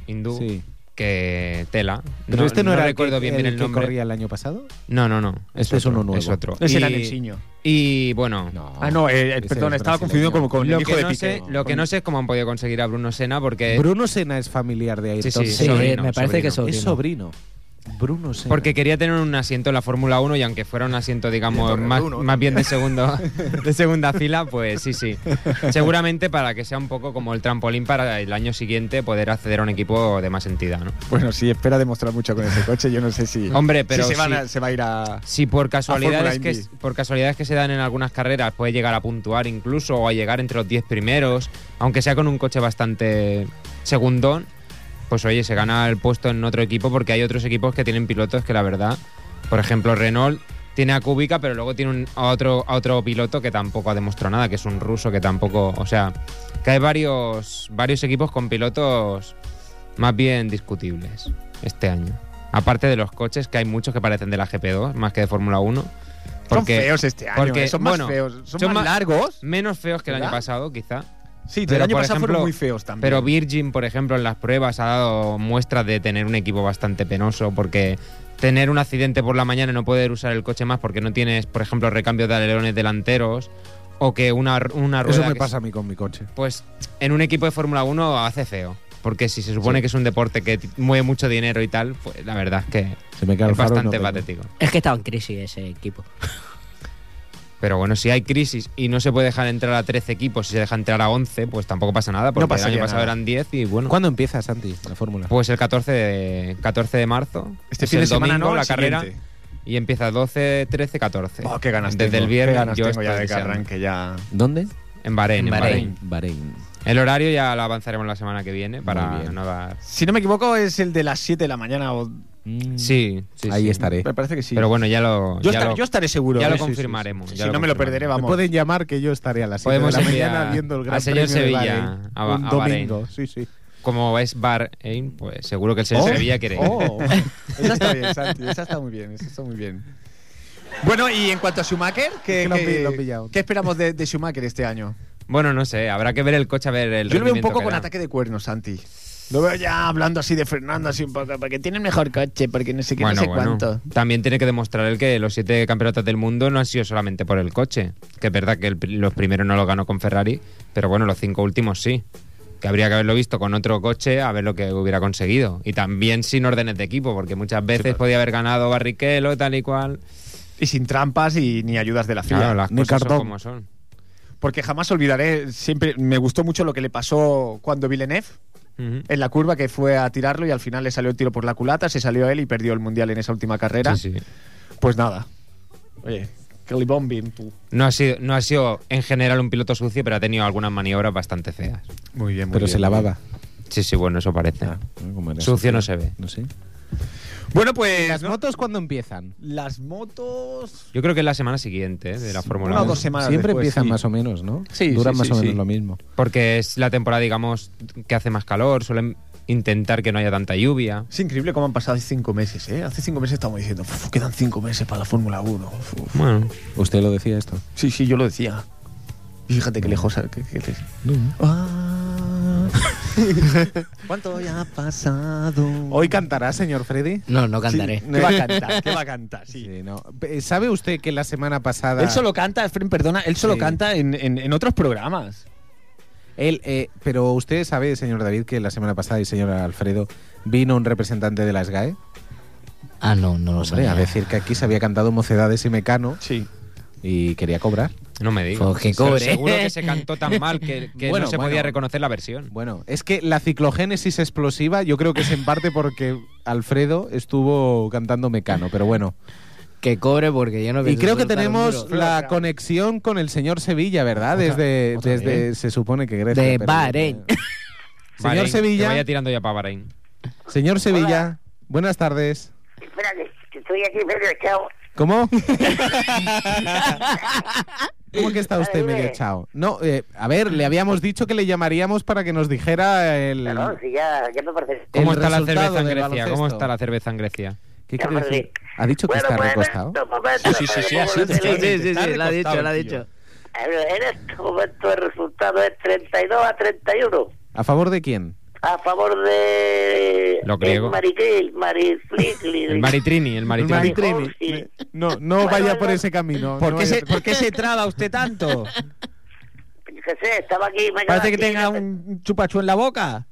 Speaker 6: hindú,
Speaker 7: Ayrton. Sí.
Speaker 6: que tela.
Speaker 7: Pero este no, era el
Speaker 6: recuerdo
Speaker 7: que-
Speaker 6: bien
Speaker 7: el
Speaker 6: bien el
Speaker 7: que
Speaker 6: nombre.
Speaker 7: corría el año pasado.
Speaker 6: No, no, no.
Speaker 7: Este es uno
Speaker 6: otro,
Speaker 7: nuevo. Este
Speaker 6: Es otro.
Speaker 1: Ese era
Speaker 6: Y-
Speaker 1: Nelsinho.
Speaker 6: Y bueno,
Speaker 1: Ah, no, eh, eh,
Speaker 7: Ese
Speaker 1: perdón,
Speaker 7: es
Speaker 1: estaba confundido con,
Speaker 7: brasileño.
Speaker 1: con
Speaker 6: lo,
Speaker 1: el hijo
Speaker 6: que
Speaker 1: de
Speaker 6: no
Speaker 1: Piqué.
Speaker 6: sé, lo que no sé es cómo han podido conseguir a Bruno Sena, porque,
Speaker 7: Bruno Sena es familiar de Ayrton.
Speaker 6: Sí, sí,
Speaker 3: Sí,
Speaker 6: sobrino,
Speaker 3: me parece que
Speaker 6: sobrino.
Speaker 3: sobrino.
Speaker 7: Es sobrino. Bruno Sena.
Speaker 6: porque quería tener un asiento en la Fórmula 1 y aunque fuera un asiento, digamos,
Speaker 4: Torre
Speaker 6: más,
Speaker 4: Bruno,
Speaker 6: más bien de, segundo, de segunda fila, pues sí, sí. Seguramente para que sea un poco como el trampolín para el año siguiente poder acceder a un equipo de más entidad, ¿no?
Speaker 1: Bueno, sí, espera demostrar mucho con ese coche. Yo no sé si.
Speaker 6: Hombre, pero
Speaker 1: si se, van
Speaker 6: sí.
Speaker 1: a- se va a ir a.
Speaker 6: Si por casualidades,
Speaker 1: Fórmula
Speaker 6: que,
Speaker 1: Indy.
Speaker 6: por casualidades que se dan en algunas carreras puede llegar a puntuar incluso o a llegar entre los 10 primeros, aunque sea con un coche bastante segundón, pues oye, se gana el puesto en otro equipo porque hay otros equipos que tienen pilotos que la verdad, por ejemplo Renault tiene a Kubica, pero luego tiene un- a, otro, a otro piloto que tampoco ha demostrado nada, que es un ruso que tampoco, o sea, que hay varios, varios equipos con pilotos más bien discutibles este año. Aparte de los coches, que hay muchos que parecen de la GP2 más que de Fórmula 1.
Speaker 1: Son
Speaker 6: Porque
Speaker 1: feos este año.
Speaker 6: porque,
Speaker 1: eh, son más
Speaker 6: bueno,
Speaker 1: feos. Son,
Speaker 6: son
Speaker 1: más
Speaker 6: más-
Speaker 1: largos.
Speaker 6: menos feos que el año
Speaker 1: ¿Verdad?
Speaker 6: pasado, quizá.
Speaker 1: Sí, del
Speaker 6: Pero,
Speaker 1: año
Speaker 6: por
Speaker 1: pasado fueron
Speaker 6: ejemplo,
Speaker 1: muy feos también.
Speaker 6: Pero Virgin, por ejemplo, en las pruebas ha dado muestras de tener un equipo bastante penoso porque tener un accidente por la mañana y no poder usar el coche más porque no tienes, por ejemplo, recambio de alerones delanteros o que una, una rueda...
Speaker 7: Eso me
Speaker 6: que-
Speaker 7: pasa a mí con mi coche.
Speaker 6: Pues en un equipo de Fórmula 1 hace feo. Porque si se supone que es un deporte que t- mueve mucho dinero y tal, pues la verdad es que
Speaker 7: Se me cae el
Speaker 6: es
Speaker 7: faro y no
Speaker 6: bastante
Speaker 7: tengo.
Speaker 6: patético.
Speaker 3: Es que estaba en crisis ese equipo.
Speaker 6: Pero bueno, si hay crisis y no se puede dejar entrar a 13 equipos, si se deja entrar a 11, pues tampoco pasa nada, porque el
Speaker 7: pasaría
Speaker 6: año pasado
Speaker 7: nada.
Speaker 6: eran 10 y bueno.
Speaker 7: ¿Cuándo empieza, Santi, la fórmula?
Speaker 6: Pues el 14 de, 14 de marzo.
Speaker 1: Este
Speaker 6: es
Speaker 1: fin de
Speaker 6: el
Speaker 1: semana,
Speaker 6: domingo,
Speaker 1: ¿no? El
Speaker 6: la carrera.
Speaker 1: siguiente.
Speaker 6: Y empieza 12, 13, 14.
Speaker 1: Oh, qué ganas
Speaker 6: Desde
Speaker 1: tengo,
Speaker 6: el viernes
Speaker 1: qué ganas
Speaker 6: yo
Speaker 1: tengo ya
Speaker 6: estoy
Speaker 1: de que
Speaker 6: deseando.
Speaker 1: arranque ya.
Speaker 7: ¿Dónde?
Speaker 6: En Bahrein, en Bahrein.
Speaker 1: Bahrein.
Speaker 7: Bahrein.
Speaker 6: El horario ya lo avanzaremos la semana que viene para
Speaker 7: Muy bien.
Speaker 6: no dar...
Speaker 1: Si no me equivoco, es el de las 7 de la mañana. o-
Speaker 6: Sí, sí,
Speaker 7: Ahí
Speaker 6: sí.
Speaker 7: estaré.
Speaker 1: Me parece que sí.
Speaker 6: Pero bueno, ya lo...
Speaker 1: yo,
Speaker 6: ya
Speaker 1: estaré,
Speaker 6: lo-
Speaker 1: yo estaré seguro.
Speaker 6: ya
Speaker 1: ¿eh?
Speaker 6: lo
Speaker 1: Sí, sí, sí.
Speaker 6: confirmaremos,
Speaker 1: Sí,
Speaker 6: ya
Speaker 1: si
Speaker 6: lo
Speaker 1: no me lo
Speaker 6: confirmaremos.
Speaker 1: perderé,
Speaker 7: Me
Speaker 1: vamos.
Speaker 7: pueden llamar que yo estaré a las 7 de
Speaker 6: Podemos
Speaker 7: la
Speaker 6: enviar
Speaker 7: mañana viendo el Gran
Speaker 6: al señor
Speaker 7: Premio de
Speaker 6: Sevilla
Speaker 7: Bahrein.
Speaker 6: a Ba-
Speaker 7: Un
Speaker 6: a
Speaker 7: domingo, sí,
Speaker 6: Bahrein.
Speaker 7: sí.
Speaker 6: Como es Bahrein, pues seguro que el señor
Speaker 1: Oh.
Speaker 6: Sevilla quiere ir.
Speaker 1: Oh, esa está bien, Santi, esa está muy bien, esa está muy bien. Bueno, y en cuanto a Schumacher, ¿qué,
Speaker 7: Es que lo han
Speaker 1: qué-
Speaker 7: pillado, lo han pillado.
Speaker 1: qué esperamos de, de Schumacher este año?
Speaker 6: Bueno, no sé, habrá que ver el coche, a ver el
Speaker 1: Yo lo veo un
Speaker 6: rendimiento
Speaker 1: poco
Speaker 6: que
Speaker 1: con
Speaker 6: da.
Speaker 1: ataque de cuernos, Santi. Lo veo ya hablando así de Fernando, así un poco, porque tiene el mejor coche, porque no sé qué, no sé cuánto.
Speaker 6: También tiene que demostrar él que los siete campeonatos del mundo no han sido solamente por el coche. Que es verdad que el pri- los primeros no los ganó con Ferrari, pero bueno, los cinco últimos sí. Que habría que haberlo visto con otro coche a ver lo que hubiera conseguido. Y también sin órdenes de equipo, porque muchas veces podía haber ganado Barrichello, tal y cual.
Speaker 1: Y sin trampas y ni ayudas de la FIA.
Speaker 6: Claro, las
Speaker 7: ni
Speaker 6: cosas son
Speaker 7: cartón.
Speaker 6: como son.
Speaker 1: Porque jamás olvidaré, siempre me gustó mucho lo que le pasó cuando Villeneuve
Speaker 6: Ujú.
Speaker 1: en la curva que fue a tirarlo y al final le salió el tiro por la culata, se salió él y perdió el mundial en esa última carrera.
Speaker 6: Sí, sí.
Speaker 1: Pues nada. Oye, Kelly Bombing, tú.
Speaker 6: No ha, sido, no ha sido en general un piloto sucio, pero ha tenido algunas maniobras bastante feas.
Speaker 1: Muy bien,
Speaker 7: Pero se lavaba.
Speaker 6: Sí, sí, bueno, eso parece.
Speaker 7: ¿Cómo era?
Speaker 6: Ah, Sucio no se ve.
Speaker 7: No sé.
Speaker 1: Bueno, pues.
Speaker 7: ¿Las
Speaker 1: ¿no?
Speaker 7: motos cuándo empiezan?
Speaker 1: Las motos.
Speaker 6: Yo creo que es la semana siguiente ¿eh? de la Fórmula
Speaker 1: Una o
Speaker 6: 1.
Speaker 1: dos semanas.
Speaker 7: Siempre
Speaker 1: después,
Speaker 7: empiezan
Speaker 1: sí.
Speaker 7: más o menos, ¿no?
Speaker 1: Sí,
Speaker 7: Duran
Speaker 1: sí,
Speaker 7: más
Speaker 1: sí,
Speaker 7: o menos
Speaker 1: sí.
Speaker 7: lo mismo.
Speaker 6: Porque es la temporada, digamos, que hace más calor, suelen intentar que no haya tanta lluvia.
Speaker 1: Es increíble cómo han pasado cinco meses, ¿eh? Hace cinco meses estamos diciendo, "Uf, quedan cinco meses para la Fórmula 1. Uf, uf".
Speaker 6: Bueno,
Speaker 7: ¿Usted lo decía esto?
Speaker 1: Sí, sí, yo lo decía. Y fíjate qué lejos. que- que- que- Ah. ¿Cuánto ya ha pasado?
Speaker 7: ¿Hoy cantará, señor Freddy?
Speaker 3: No, no cantaré.
Speaker 1: Sí, ¿Qué va a cantar? ¿Qué va a cantar? Sí.
Speaker 7: no. Eh, ¿Sabe usted que la semana pasada...
Speaker 1: Él solo canta, Efren, perdona, él solo
Speaker 7: Sí.
Speaker 1: canta en, en- en otros programas.
Speaker 7: Él, eh, pero usted sabe, señor David, que la semana pasada y señor Alfredo vino un representante de las GAE
Speaker 3: Ah, no, no lo
Speaker 7: hombre,
Speaker 3: sabía.
Speaker 7: a decir que aquí se había cantado Mocedades y Mecano
Speaker 1: Sí.
Speaker 7: y quería cobrar.
Speaker 6: no me digas.
Speaker 3: Pues que
Speaker 6: Pero
Speaker 3: cobre.
Speaker 6: Seguro que se cantó tan mal que, que
Speaker 7: Bueno,
Speaker 6: no se
Speaker 7: bueno.
Speaker 6: podía reconocer la versión.
Speaker 7: Bueno, es que la ciclogénesis explosiva yo creo que es en parte porque Alfredo estuvo cantando Mecano, pero bueno.
Speaker 3: Que cobre porque yo no
Speaker 7: Y
Speaker 3: pienso
Speaker 7: creo que
Speaker 3: soltar un
Speaker 7: tenemos
Speaker 3: duro.
Speaker 7: la conexión con el señor Sevilla, ¿verdad? Desde,
Speaker 1: otra
Speaker 7: desde se supone que Grecia.
Speaker 3: De
Speaker 7: pero-
Speaker 3: Bahrein.
Speaker 7: Señor
Speaker 6: Bahrein,
Speaker 7: Sevilla.
Speaker 6: Que vaya tirando ya para Bahrein.
Speaker 7: Señor Sevilla, buenas tardes.
Speaker 8: Espera, que que estoy aquí medio echado.
Speaker 7: ¿Cómo? ¿Cómo que está usted
Speaker 8: Dime.
Speaker 7: medio echado? No, eh, a ver, le habíamos dicho que le llamaríamos para que nos dijera el...
Speaker 8: Perdón, si ya, ya me parece.
Speaker 6: ¿Cómo
Speaker 7: El
Speaker 6: está la
Speaker 7: resultado
Speaker 6: cerveza en
Speaker 7: del
Speaker 6: Grecia? ¿Cómo
Speaker 7: baloncesto.
Speaker 6: está la cerveza en Grecia?
Speaker 7: ¿Qué
Speaker 8: Ya
Speaker 7: quiere
Speaker 8: me
Speaker 7: decir?
Speaker 8: reí.
Speaker 7: ¿Ha dicho que
Speaker 8: Bueno,
Speaker 7: está
Speaker 8: bueno,
Speaker 7: recostado?
Speaker 8: en estos momentos,
Speaker 1: Sí, sí, sí,
Speaker 8: tenemos
Speaker 1: así
Speaker 8: que
Speaker 1: te está
Speaker 3: Sí,
Speaker 8: decir-
Speaker 3: sí, sí,
Speaker 1: Está
Speaker 3: la ha dicho,
Speaker 1: recortado,
Speaker 3: la ha
Speaker 1: tío.
Speaker 3: dicho.
Speaker 8: En estos momentos el resultado es 32 a 31.
Speaker 7: ¿A favor de quién?
Speaker 8: a favor de
Speaker 6: Lo griego.
Speaker 8: el Maritril,
Speaker 6: El Maritrini, el Maritrini.
Speaker 8: Mari-
Speaker 7: Maritrini.
Speaker 8: Sí.
Speaker 7: No, no
Speaker 8: Bueno,
Speaker 7: vaya
Speaker 8: bueno.
Speaker 7: por ese camino.
Speaker 1: ¿Por,
Speaker 7: no
Speaker 1: qué
Speaker 7: vaya
Speaker 1: se,
Speaker 7: por-
Speaker 1: ¿Por qué se traba usted tanto?
Speaker 8: Que sé, estaba aquí.
Speaker 1: Parece
Speaker 8: me quedaba
Speaker 1: que
Speaker 8: aquí,
Speaker 1: tenga
Speaker 8: un...
Speaker 1: un chupachú en la boca.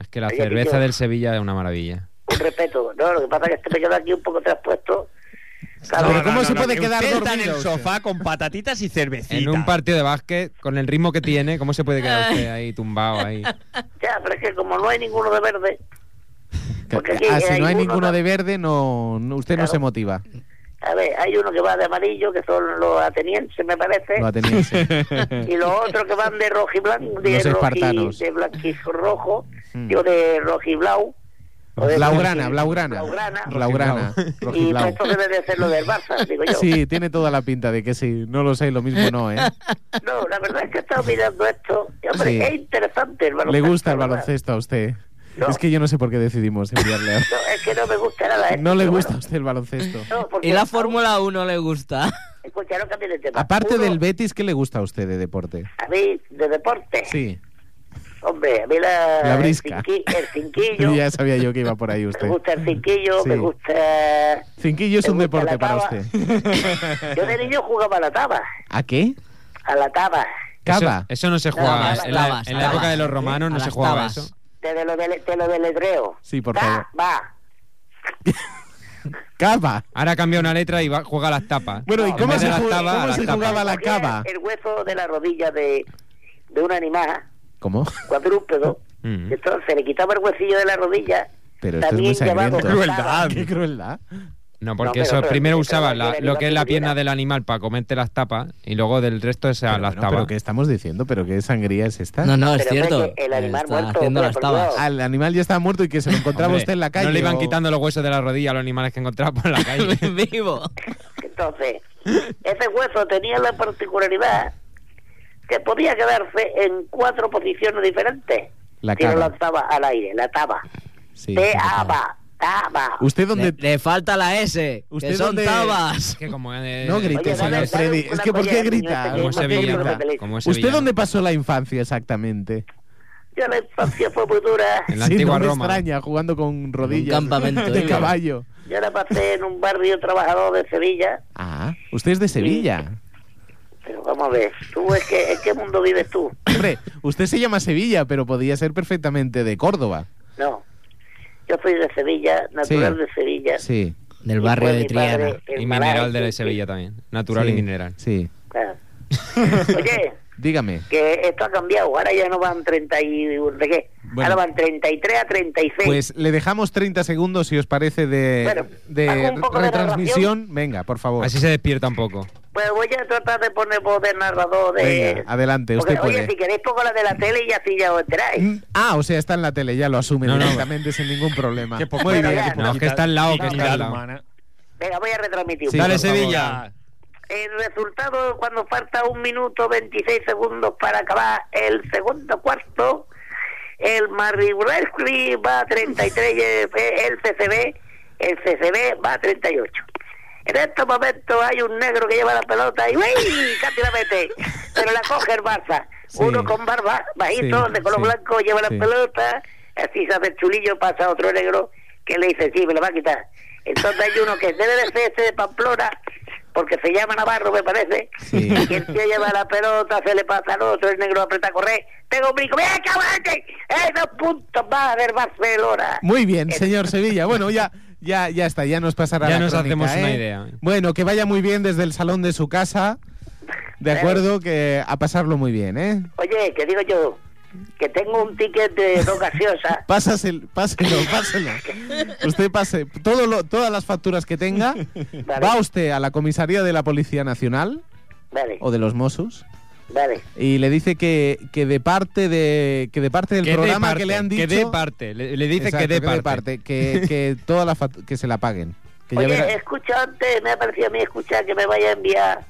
Speaker 6: Es que la
Speaker 8: Oye,
Speaker 6: cerveza
Speaker 8: tío.
Speaker 6: del Sevilla es una maravilla.
Speaker 8: respeto. No, lo que pasa es que este me quedo aquí un poco traspuesto. Claro,
Speaker 7: Pero ¿cómo se puede
Speaker 1: que
Speaker 7: quedar
Speaker 1: usted está en
Speaker 7: dormido
Speaker 1: el
Speaker 7: usted?
Speaker 1: sofá con patatitas y cervecita.
Speaker 6: En un partido de básquet, con el ritmo que tiene, ¿cómo se puede quedar usted ahí tumbado ahí?
Speaker 8: Ya, pero es que como no hay ninguno de verde. Porque aquí
Speaker 7: Ah, si no hay ninguno
Speaker 8: uno-
Speaker 7: de verde, no, no- usted no
Speaker 8: Claro.
Speaker 7: se motiva.
Speaker 8: A ver, hay uno que va de amarillo, que son los atenienses, me parece.
Speaker 7: Lo ha tenido, sí.
Speaker 8: y los otros que van de rojiblanco, de
Speaker 7: Los
Speaker 8: roji-
Speaker 7: espartanos.
Speaker 8: de blanquirrojo,
Speaker 7: Mm.
Speaker 8: yo de rojiblau. o de
Speaker 7: Blaugrana,
Speaker 8: blanqui-
Speaker 7: blaugrana.
Speaker 8: blaugrana.
Speaker 7: Blaugrana.
Speaker 8: Y pues
Speaker 7: Rojiblau.
Speaker 8: esto debe de ser lo del Barça, digo yo.
Speaker 7: Sí, tiene toda la pinta de que sí. No lo sé, lo mismo no, ¿eh?
Speaker 8: No, la verdad es que he estado mirando esto. y, hombre,
Speaker 7: Sí.
Speaker 8: es interesante el baloncesto.
Speaker 7: Le gusta el
Speaker 8: ¿verdad?
Speaker 7: baloncesto a usted.
Speaker 8: No.
Speaker 7: Es que yo no sé por qué decidimos enviarle a...
Speaker 8: No, es que no me gusta nada. ¿eh?
Speaker 7: No le
Speaker 8: Pero
Speaker 7: gusta a
Speaker 8: bueno,
Speaker 7: usted el baloncesto.
Speaker 8: no, porque
Speaker 3: Y la
Speaker 8: aún-
Speaker 3: Fórmula 1 le gusta.
Speaker 8: Escucha, no cambies de tema.
Speaker 7: Aparte
Speaker 8: Uno,
Speaker 7: del Betis, ¿qué le gusta a usted de deporte?
Speaker 8: A mí, de deporte.
Speaker 7: Sí,
Speaker 8: Hombre, a mí la...
Speaker 7: La brisca.
Speaker 8: El, cinqui- el cinquillo.
Speaker 7: ya sabía yo que iba por ahí usted.
Speaker 8: Me gusta el cinquillo,
Speaker 7: Sí.
Speaker 8: me gusta...
Speaker 7: Cinquillo es
Speaker 8: me
Speaker 7: un
Speaker 8: gusta
Speaker 7: deporte
Speaker 8: la
Speaker 7: para
Speaker 8: taba.
Speaker 7: usted.
Speaker 8: Yo de niño jugaba a la taba.
Speaker 7: ¿A qué?
Speaker 8: A la taba.
Speaker 7: Cava.
Speaker 6: Eso, eso no se jugaba.
Speaker 8: Tabas,
Speaker 6: en la,
Speaker 3: tabas,
Speaker 6: en la
Speaker 3: tabas.
Speaker 6: época de los romanos no
Speaker 3: A
Speaker 6: se
Speaker 3: las
Speaker 6: jugaba
Speaker 3: tabas.
Speaker 6: eso.
Speaker 8: Te, de lo dele- te lo deletreo.
Speaker 7: Sí, por
Speaker 8: Ta-
Speaker 7: favor.
Speaker 8: Va.
Speaker 7: Cava.
Speaker 6: Ahora cambia una letra y va, juega a las tapas.
Speaker 7: Bueno, ¿y
Speaker 6: En
Speaker 7: cómo
Speaker 6: vez de
Speaker 7: se,
Speaker 6: las
Speaker 7: ju-
Speaker 6: tabas,
Speaker 7: cómo
Speaker 6: a las
Speaker 7: se
Speaker 6: tapas.
Speaker 7: jugaba la
Speaker 8: Aquí es
Speaker 7: cava?
Speaker 8: El hueso de la rodilla de, de un animal
Speaker 7: ¿Cómo?
Speaker 8: cuadrúpedo.
Speaker 6: Mm.
Speaker 8: Entonces se le quitaba el huesillo de la rodilla.
Speaker 7: Pero esto es muy
Speaker 8: llamado
Speaker 7: sangriento.
Speaker 8: taba.
Speaker 7: ¡Qué crueldad!
Speaker 6: No,
Speaker 8: No,
Speaker 6: porque
Speaker 8: pero
Speaker 6: eso
Speaker 8: eso-
Speaker 6: primero
Speaker 8: pero
Speaker 6: usabas
Speaker 8: el
Speaker 6: la-
Speaker 8: animal
Speaker 6: lo que es la
Speaker 8: que tuviera.
Speaker 6: pierna del animal para comerte las tapas y luego del resto se
Speaker 7: Pero,
Speaker 6: las
Speaker 7: bueno,
Speaker 6: tapas.
Speaker 7: ¿Pero qué estamos diciendo? ¿Pero qué sangría es esta?
Speaker 3: No, no, es
Speaker 8: Pero
Speaker 3: cierto.
Speaker 8: hombre, que el animal
Speaker 3: Está
Speaker 8: muerto,
Speaker 3: haciendo
Speaker 8: hombre,
Speaker 3: las
Speaker 8: por
Speaker 3: tabas.
Speaker 8: Dios.
Speaker 7: Al animal ya estaba muerto y que se lo encontraba
Speaker 6: Hombre,
Speaker 7: usted en la calle.
Speaker 6: No le iban
Speaker 7: o-
Speaker 6: quitando los huesos de la rodilla a los animales que encontraba por la calle.
Speaker 3: Vivo.
Speaker 8: Entonces, ese hueso tenía la particularidad que podía quedarse en cuatro posiciones diferentes.
Speaker 7: La
Speaker 8: si lo
Speaker 7: cava.
Speaker 8: lanzaba al aire, la taba.
Speaker 7: Sí,
Speaker 8: Te
Speaker 7: sí,
Speaker 8: aba, taba.
Speaker 7: ¿Usted
Speaker 3: Le,
Speaker 7: dónde...?
Speaker 3: le falta la S,
Speaker 7: ¿Usted
Speaker 3: que son
Speaker 7: dónde-
Speaker 3: tabas.
Speaker 6: que como, eh,
Speaker 7: No grite,
Speaker 8: Oye,
Speaker 7: este señor
Speaker 8: dale, dale
Speaker 7: Freddy.
Speaker 8: una
Speaker 7: Es que ¿por
Speaker 8: polla
Speaker 7: qué
Speaker 8: al niño
Speaker 7: grita?
Speaker 8: este que
Speaker 6: como
Speaker 8: es
Speaker 7: ¿Por qué
Speaker 8: sevillano,
Speaker 7: grita?
Speaker 8: no me
Speaker 6: como
Speaker 7: ¿Usted
Speaker 6: sevillano.
Speaker 7: dónde pasó la infancia exactamente?
Speaker 8: Yo la infancia fue muy dura.
Speaker 6: En la
Speaker 7: Sí,
Speaker 6: antigua
Speaker 7: no me
Speaker 6: Roma.
Speaker 7: extraña, jugando con rodillas.
Speaker 3: campamento,
Speaker 7: De
Speaker 3: ¿eh?
Speaker 7: caballo.
Speaker 8: Yo la pasé en un barrio trabajador de Sevilla.
Speaker 7: Ah, usted es de Sevilla.
Speaker 8: Pero vamos a ver, tú, es que, ¿en qué mundo vives tú?
Speaker 7: Hombre, usted se llama Sevilla, pero podría ser perfectamente de Córdoba.
Speaker 8: No. Yo soy de Sevilla, natural
Speaker 7: Sí.
Speaker 8: de Sevilla.
Speaker 7: Sí.
Speaker 3: Del
Speaker 8: Y
Speaker 3: barrio
Speaker 8: fue
Speaker 3: de
Speaker 8: mi padre
Speaker 3: Triana.
Speaker 8: el
Speaker 6: Y
Speaker 8: malaje
Speaker 6: mineral de
Speaker 8: que-
Speaker 6: Sevilla también. Natural
Speaker 7: sí,
Speaker 6: y mineral.
Speaker 7: Sí.
Speaker 8: Claro. Oye,
Speaker 7: Dígame.
Speaker 8: que esto ha cambiado. Ahora ya no van 31, ¿de qué?
Speaker 7: Bueno.
Speaker 8: Ahora van 33 a 36.
Speaker 7: Pues le dejamos 30 segundos, si os parece, de,
Speaker 8: Bueno,
Speaker 7: de
Speaker 8: hago un poco de
Speaker 7: retransmisión. Venga, por favor.
Speaker 6: Así se despierta un poco.
Speaker 8: Pues voy a tratar de poner voz de narrador de...
Speaker 7: Venga, adelante,
Speaker 8: Porque,
Speaker 7: usted
Speaker 8: Oye, si
Speaker 7: puede.
Speaker 8: queréis pongo la de la tele y así ya os enteráis.
Speaker 7: Mm, Ah, o sea, está en la tele, ya lo asume
Speaker 6: No, no.
Speaker 7: directamente sin ningún problema.
Speaker 1: Qué poco-
Speaker 7: Muy
Speaker 8: Bueno,
Speaker 7: bien.
Speaker 8: ya,
Speaker 6: No, es que está al lado, que está al lado.
Speaker 1: humana.
Speaker 8: Venga, voy a retransmitir. un
Speaker 7: Sí,
Speaker 8: poco.
Speaker 6: Dale,
Speaker 7: por favor.
Speaker 6: Sevilla.
Speaker 8: El resultado, cuando falta un minuto 26 segundos para acabar el segundo cuarto, el Maribrescli va a 33 y el el CCB, el CCB va a 38. En estos momentos hay un negro que lleva la pelota y ¡uy! casi la mete, pero la coge el Barça.
Speaker 7: Sí.
Speaker 8: Uno con barba, bajito,
Speaker 7: Sí,
Speaker 8: de color
Speaker 7: sí.
Speaker 8: blanco, lleva la
Speaker 7: Sí.
Speaker 8: pelota, así se hace el chulillo, pasa otro negro que le dice, sí, me la va a quitar. Entonces hay uno que debe de ser ese de Pamplona, porque se llama Navarro, me parece,
Speaker 7: Sí.
Speaker 8: y el tío lleva la pelota, se le pasa al otro, el negro aprieta a correr, tengo un brinco, ¡mira, cabrón! ¡Esos puntos más del Barcelona!
Speaker 7: Muy bien, señor Sevilla. Bueno, ya, ya, ya está, ya nos pasará
Speaker 6: Ya
Speaker 7: la
Speaker 6: nos
Speaker 7: crónica,
Speaker 6: hacemos
Speaker 7: ¿eh?
Speaker 6: una idea.
Speaker 7: Bueno, que vaya muy bien desde el salón de su casa. De acuerdo, que a pasarlo muy bien, ¿eh?
Speaker 8: Oye, que digo yo, que tengo un ticket de dos gaseosas,
Speaker 7: Pásaselo, páselo, páselo. Usted pase todo lo- todas las facturas que tenga.
Speaker 8: Vale.
Speaker 7: Va usted a la comisaría de la Policía Nacional
Speaker 8: vale,
Speaker 7: o de los Mossos
Speaker 8: vale,
Speaker 7: y le dice que, que de parte de que de parte del
Speaker 6: Que dé
Speaker 7: programa
Speaker 6: parte,
Speaker 7: que le han dicho
Speaker 6: Que dé parte. Le, le dice
Speaker 7: Exacto,
Speaker 6: que dé parte.
Speaker 7: que, que toda la fac- que se la paguen. Que ya
Speaker 8: Oye,
Speaker 7: verá-
Speaker 8: escucha antes, me ha parecido a mí escuchar que me vaya a enviar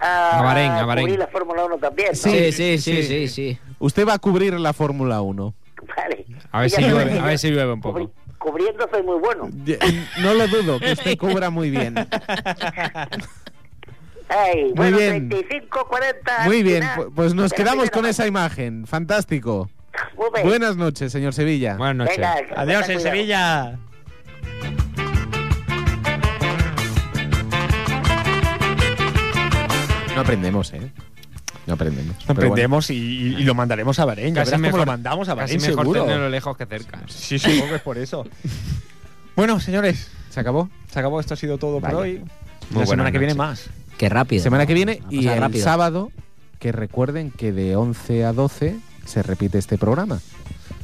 Speaker 8: a,
Speaker 6: A Bahrein, a Bahrein.
Speaker 8: cubrir la Fórmula 1 también, ¿no?
Speaker 3: Sí, sí, sí, sí, sí.
Speaker 7: Usted va a cubrir la Fórmula 1.
Speaker 8: Vale.
Speaker 6: A ver
Speaker 8: Ya
Speaker 6: si
Speaker 8: sabes
Speaker 6: llueve,
Speaker 8: que
Speaker 6: a
Speaker 8: yo
Speaker 6: ver si llueve un
Speaker 8: cubri-
Speaker 6: poco.
Speaker 8: Cubriendo soy muy bueno.
Speaker 7: No lo dudo, que usted cubra muy bien.
Speaker 8: Ay, bueno,
Speaker 7: bien.
Speaker 8: 35, 40.
Speaker 7: Muy
Speaker 8: al
Speaker 7: bien,
Speaker 8: final
Speaker 7: pu- pues nos
Speaker 8: de la
Speaker 7: quedamos
Speaker 8: primera
Speaker 7: con
Speaker 8: parte.
Speaker 7: esa imagen. Fantástico.
Speaker 8: Muy bien.
Speaker 7: Buenas noches, señor Sevilla.
Speaker 6: Buenas noches.
Speaker 8: Venga, venga,
Speaker 1: Adiós en
Speaker 8: cuidado.
Speaker 1: Sevilla.
Speaker 7: No aprendemos, ¿eh? No aprendemos. Pero bueno.
Speaker 1: Aprendemos y, y- y lo mandaremos a Bahrein. Ya
Speaker 6: Casi
Speaker 1: verás cómo
Speaker 6: mejor-
Speaker 1: lo mandamos a
Speaker 6: Casi
Speaker 1: Bahrein,
Speaker 6: mejor
Speaker 1: seguro.
Speaker 6: tenerlo lejos que cerca. ¿eh?
Speaker 1: Sí, sí, supongo que es por eso. Bueno, señores,
Speaker 7: ¿Se acabó?
Speaker 1: se acabó. Esto ha sido todo
Speaker 7: Vale.
Speaker 1: por hoy.
Speaker 6: Muy
Speaker 1: la semana
Speaker 6: buenas
Speaker 1: que viene
Speaker 6: noches.
Speaker 1: más.
Speaker 3: Qué rápido.
Speaker 7: Semana que viene
Speaker 3: Ha
Speaker 7: y
Speaker 3: pasado
Speaker 7: el
Speaker 3: rápido.
Speaker 7: sábado, que recuerden que de 11 a 12 se repite este programa.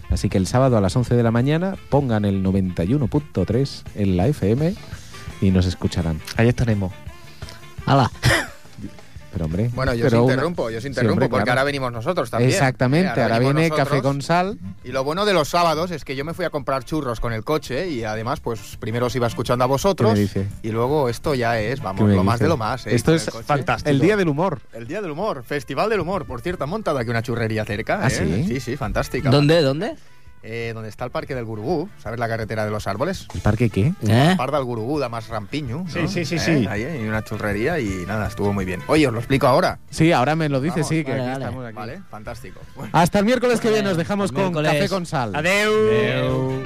Speaker 7: Así que el sábado a las 11 de la mañana pongan el 91.3 en la FM y nos escucharán.
Speaker 1: Ahí estaremos.
Speaker 3: Hala.
Speaker 7: Pero hombre,
Speaker 4: Bueno, yo
Speaker 7: pero
Speaker 4: os
Speaker 7: una-
Speaker 4: interrumpo, yo os
Speaker 7: Sí,
Speaker 4: interrumpo,
Speaker 7: hombre,
Speaker 4: porque
Speaker 7: claro.
Speaker 4: ahora venimos nosotros también.
Speaker 7: Exactamente,
Speaker 4: Eh,
Speaker 7: ahora
Speaker 4: venimos
Speaker 7: viene
Speaker 4: nosotros.
Speaker 7: Café con Sal.
Speaker 4: Y lo bueno de los sábados es que yo me fui a comprar churros con el coche y además, pues primero os iba escuchando a vosotros
Speaker 7: ¿Qué me dice?
Speaker 4: y luego esto ya es, vamos,
Speaker 7: ¿Qué
Speaker 4: lo
Speaker 7: me
Speaker 4: más
Speaker 7: dice?
Speaker 4: de lo más. eh,
Speaker 7: Esto
Speaker 4: con
Speaker 7: es
Speaker 4: el coche.
Speaker 1: fantástico.
Speaker 7: El día del humor.
Speaker 4: El Día del Humor, Festival del Humor. Por cierto, han montado aquí una churrería cerca.
Speaker 7: ¿Ah,
Speaker 4: ¿eh?
Speaker 7: sí?
Speaker 4: Sí, sí, fantástica.
Speaker 3: ¿Dónde? ¿Dónde?
Speaker 4: eh, donde está el Parque del Gurugú, ¿sabes la carretera de los árboles?
Speaker 7: ¿El parque qué?
Speaker 3: ¿Eh?
Speaker 4: Parda al Gurugú, da más rampiño. ¿no?
Speaker 1: Sí, sí, sí,
Speaker 4: Eh,
Speaker 1: sí.
Speaker 4: Ahí hay una churrería y nada, estuvo muy bien. Oye, os lo explico ahora.
Speaker 7: Sí, ahora me lo dices,
Speaker 4: Vamos,
Speaker 7: sí, que
Speaker 3: vale,
Speaker 7: aquí
Speaker 3: vale.
Speaker 7: estamos aquí.
Speaker 4: Vale, fantástico. Bueno.
Speaker 7: Hasta el miércoles que viene
Speaker 3: Bueno,
Speaker 7: nos dejamos
Speaker 3: el
Speaker 7: con
Speaker 3: miércoles.
Speaker 7: café con sal.
Speaker 1: Adeu.